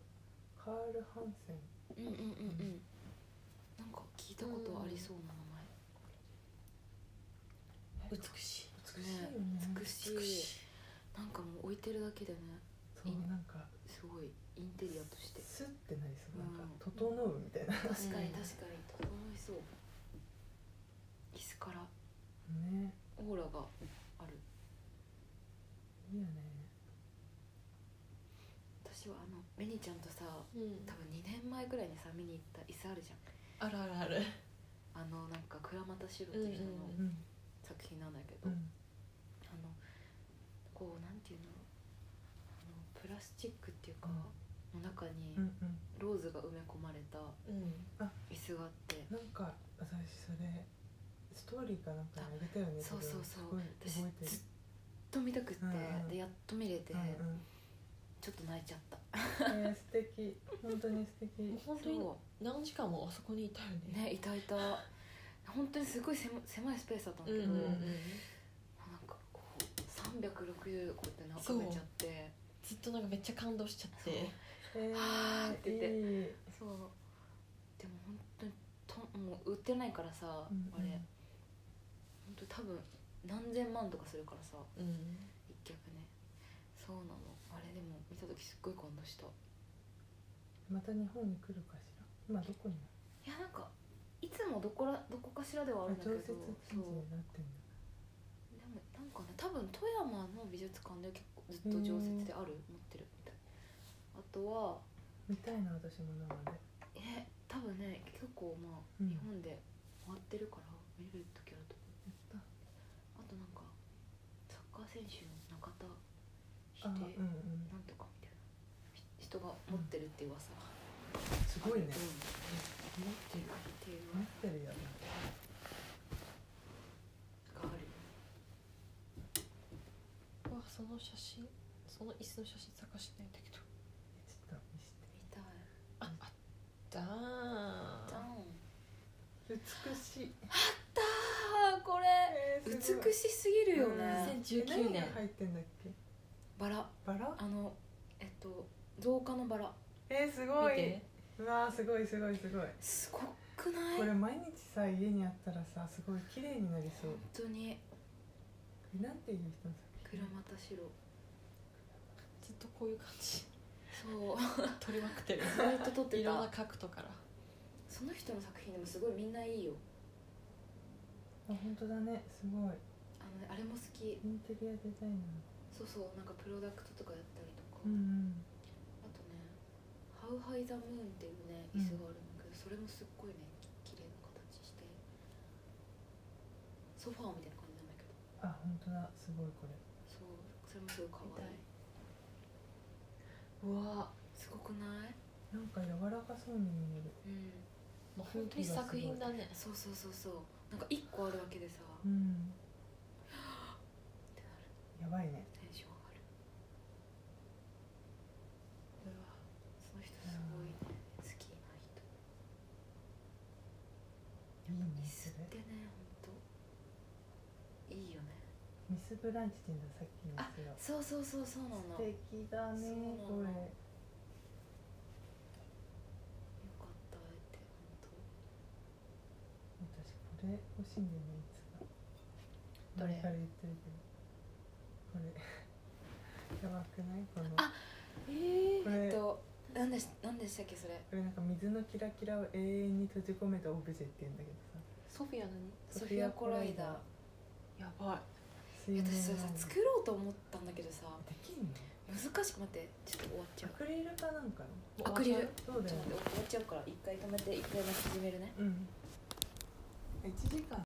[SPEAKER 3] カール・ハンセン
[SPEAKER 1] うんうんうんうんなんか聞いたことありそうな名
[SPEAKER 2] 美しい
[SPEAKER 3] 美しいよね
[SPEAKER 1] 前美しいなんかもう置いてるだけでね
[SPEAKER 3] そうなんか
[SPEAKER 1] すごいインテリアとして
[SPEAKER 3] スッてなりそうなんか
[SPEAKER 1] うん
[SPEAKER 3] 整うみたいな、
[SPEAKER 1] 確
[SPEAKER 2] かに
[SPEAKER 1] かに整いそう椅子から
[SPEAKER 3] ね
[SPEAKER 1] オーラがある
[SPEAKER 3] いいよね
[SPEAKER 1] 私はあのメニちゃんとさ
[SPEAKER 2] うん
[SPEAKER 1] 多分2年前ぐらいにさ見に行った椅子あるじゃん
[SPEAKER 2] あるあるある
[SPEAKER 1] あのなんか倉俣史郎っていう人の
[SPEAKER 2] うんうん
[SPEAKER 3] うん
[SPEAKER 1] 作品なんだけ
[SPEAKER 3] う
[SPEAKER 1] ど、
[SPEAKER 3] ん
[SPEAKER 1] あのこうなんていうのあのプラスチックっていうか、の中に
[SPEAKER 3] うんうん
[SPEAKER 1] ローズが埋め込まれた
[SPEAKER 2] うん
[SPEAKER 1] 椅子があって、
[SPEAKER 3] なんか私それストーリーかなんかにあげたよね
[SPEAKER 1] そうそう
[SPEAKER 3] そ
[SPEAKER 1] そう
[SPEAKER 3] れ
[SPEAKER 1] 私
[SPEAKER 3] すごい覚えて
[SPEAKER 1] ずっと見たくっ
[SPEAKER 3] る
[SPEAKER 1] て、
[SPEAKER 3] うんうん
[SPEAKER 1] でやっと見れて、
[SPEAKER 3] うんうん
[SPEAKER 1] ちょっと泣いちゃった
[SPEAKER 3] えー、素敵本当に素
[SPEAKER 2] もう
[SPEAKER 3] 敵
[SPEAKER 2] 本当に何時間もあそこにいたよ
[SPEAKER 1] そうね
[SPEAKER 2] ね
[SPEAKER 1] いたいた本当にすごい狭狭いスペースだったんだけど、
[SPEAKER 3] うん
[SPEAKER 1] なんかこう360こうやって眺めちゃって
[SPEAKER 2] ずっとなんかめっちゃ感動しちゃって
[SPEAKER 3] え
[SPEAKER 1] はーって言って
[SPEAKER 3] いい
[SPEAKER 1] そうでも本当にともう売ってないからさ、
[SPEAKER 3] うんうん
[SPEAKER 1] あれ本当多分何千万とかするからさ
[SPEAKER 2] うん
[SPEAKER 1] 一脚ねそうなのあれでも見た時すっごい感動したい
[SPEAKER 3] また日本に来るかしら今どこに
[SPEAKER 1] やなんかいつもどこらどこかしらではあるんだけ
[SPEAKER 3] 常
[SPEAKER 1] ど
[SPEAKER 3] 設
[SPEAKER 1] そう
[SPEAKER 3] 展示になってんだ
[SPEAKER 1] でもなんかね多分富山の美術館で結構ずっと常設である持ってるみたいあとは
[SPEAKER 3] 見たいな私も生で
[SPEAKER 1] え多分ね結構まあ、
[SPEAKER 3] うん
[SPEAKER 1] 日本で終わってるから見れる時あると思う
[SPEAKER 3] やった
[SPEAKER 1] あとなんかサッカー選手の中田秀
[SPEAKER 3] あうんうん
[SPEAKER 1] なんとかみたいなひ人が持ってるって噂、
[SPEAKER 3] すごいね
[SPEAKER 1] うん、持
[SPEAKER 2] ってる
[SPEAKER 1] っていう
[SPEAKER 3] 持っ
[SPEAKER 1] 噂
[SPEAKER 3] てるよね
[SPEAKER 1] がある
[SPEAKER 2] うわその写真その椅子の写真探してないんだけど
[SPEAKER 3] ちょっと見せて
[SPEAKER 1] みたい
[SPEAKER 2] ああったー
[SPEAKER 1] ダウン
[SPEAKER 3] 美しい
[SPEAKER 1] あーこれ
[SPEAKER 3] えーすごい
[SPEAKER 1] 美しすぎるよね、
[SPEAKER 2] 2019
[SPEAKER 3] え
[SPEAKER 2] 年
[SPEAKER 3] 何が入ってんだっけ
[SPEAKER 1] バラ
[SPEAKER 3] バラ
[SPEAKER 1] あのえっと造花のバラ
[SPEAKER 3] えー、す
[SPEAKER 2] 見
[SPEAKER 3] ごい
[SPEAKER 2] て
[SPEAKER 3] うわーすごいすごいすごい
[SPEAKER 1] すごくない
[SPEAKER 3] これ
[SPEAKER 1] 本
[SPEAKER 3] 毎日さ家にあったらさすごい綺麗になりそう
[SPEAKER 1] 当に
[SPEAKER 3] えなんていう人の作
[SPEAKER 1] 黒
[SPEAKER 3] 品
[SPEAKER 1] 又白
[SPEAKER 2] ずっとこういう感 じ
[SPEAKER 1] そう
[SPEAKER 2] 撮りまくってる
[SPEAKER 1] ずっと撮って
[SPEAKER 2] いろんな
[SPEAKER 1] た
[SPEAKER 2] 角度から
[SPEAKER 1] その人の作品でもすごいみんないいよ
[SPEAKER 3] あ本当だねすごい
[SPEAKER 1] あのねあれも好き
[SPEAKER 3] インテリアデザイナー
[SPEAKER 1] そうそうなんかプロダクトとかやったりとか、
[SPEAKER 3] うん
[SPEAKER 1] あとね「ハウハイ・ザ・ムーン」っていうね椅子があるんだけど、それもすっごいね綺麗な形してソファーみたいな感じなんだけど
[SPEAKER 3] あ本当だすごいこれ
[SPEAKER 1] そうそれもすごい可愛いう
[SPEAKER 2] わ
[SPEAKER 1] すごくない
[SPEAKER 3] なんか柔らかそうに見える
[SPEAKER 1] うん
[SPEAKER 2] もう本当に作品だね
[SPEAKER 1] そうそうそうそうなんか1個あるだけでさ、
[SPEAKER 3] うん
[SPEAKER 1] ってなる
[SPEAKER 3] やばいね
[SPEAKER 1] テンション上がる
[SPEAKER 2] うわ
[SPEAKER 1] その人すごいね好きな人
[SPEAKER 3] いいね
[SPEAKER 1] 椅子
[SPEAKER 3] そ
[SPEAKER 1] っ
[SPEAKER 3] れ
[SPEAKER 1] てねほんといいよね
[SPEAKER 3] ミスブランチって言うんださっきのやつが
[SPEAKER 1] そうそうそうそうなの
[SPEAKER 3] 素敵だね
[SPEAKER 1] そうなの
[SPEAKER 3] これ
[SPEAKER 1] よかった会えて本当
[SPEAKER 3] 私これ欲しいんだよねいつか
[SPEAKER 2] どれ
[SPEAKER 3] 前から言ってるけどこれ やばくないこの
[SPEAKER 1] あえ
[SPEAKER 3] これ
[SPEAKER 1] えっと何でし何でしたっけそれ
[SPEAKER 3] これなんか水のキラキラを永遠に閉じ込めたオブジェって言うんだけどさ
[SPEAKER 2] ソフィアのに
[SPEAKER 1] ソフィアコライダー
[SPEAKER 2] やばい
[SPEAKER 3] す水
[SPEAKER 1] いや私そ
[SPEAKER 3] 面
[SPEAKER 1] れさ
[SPEAKER 3] なんだ
[SPEAKER 1] 作ろうと思ったんだけどさ
[SPEAKER 3] できんの
[SPEAKER 1] 難しく待ってちょっと終わっちゃ
[SPEAKER 3] ア
[SPEAKER 1] う
[SPEAKER 3] クリルかなんか
[SPEAKER 1] アクリル
[SPEAKER 3] そうだ
[SPEAKER 1] ちょ
[SPEAKER 3] よ
[SPEAKER 1] っと待
[SPEAKER 3] ね
[SPEAKER 1] って終わっちゃうから一回止めて一回また始めるね
[SPEAKER 3] うん1時間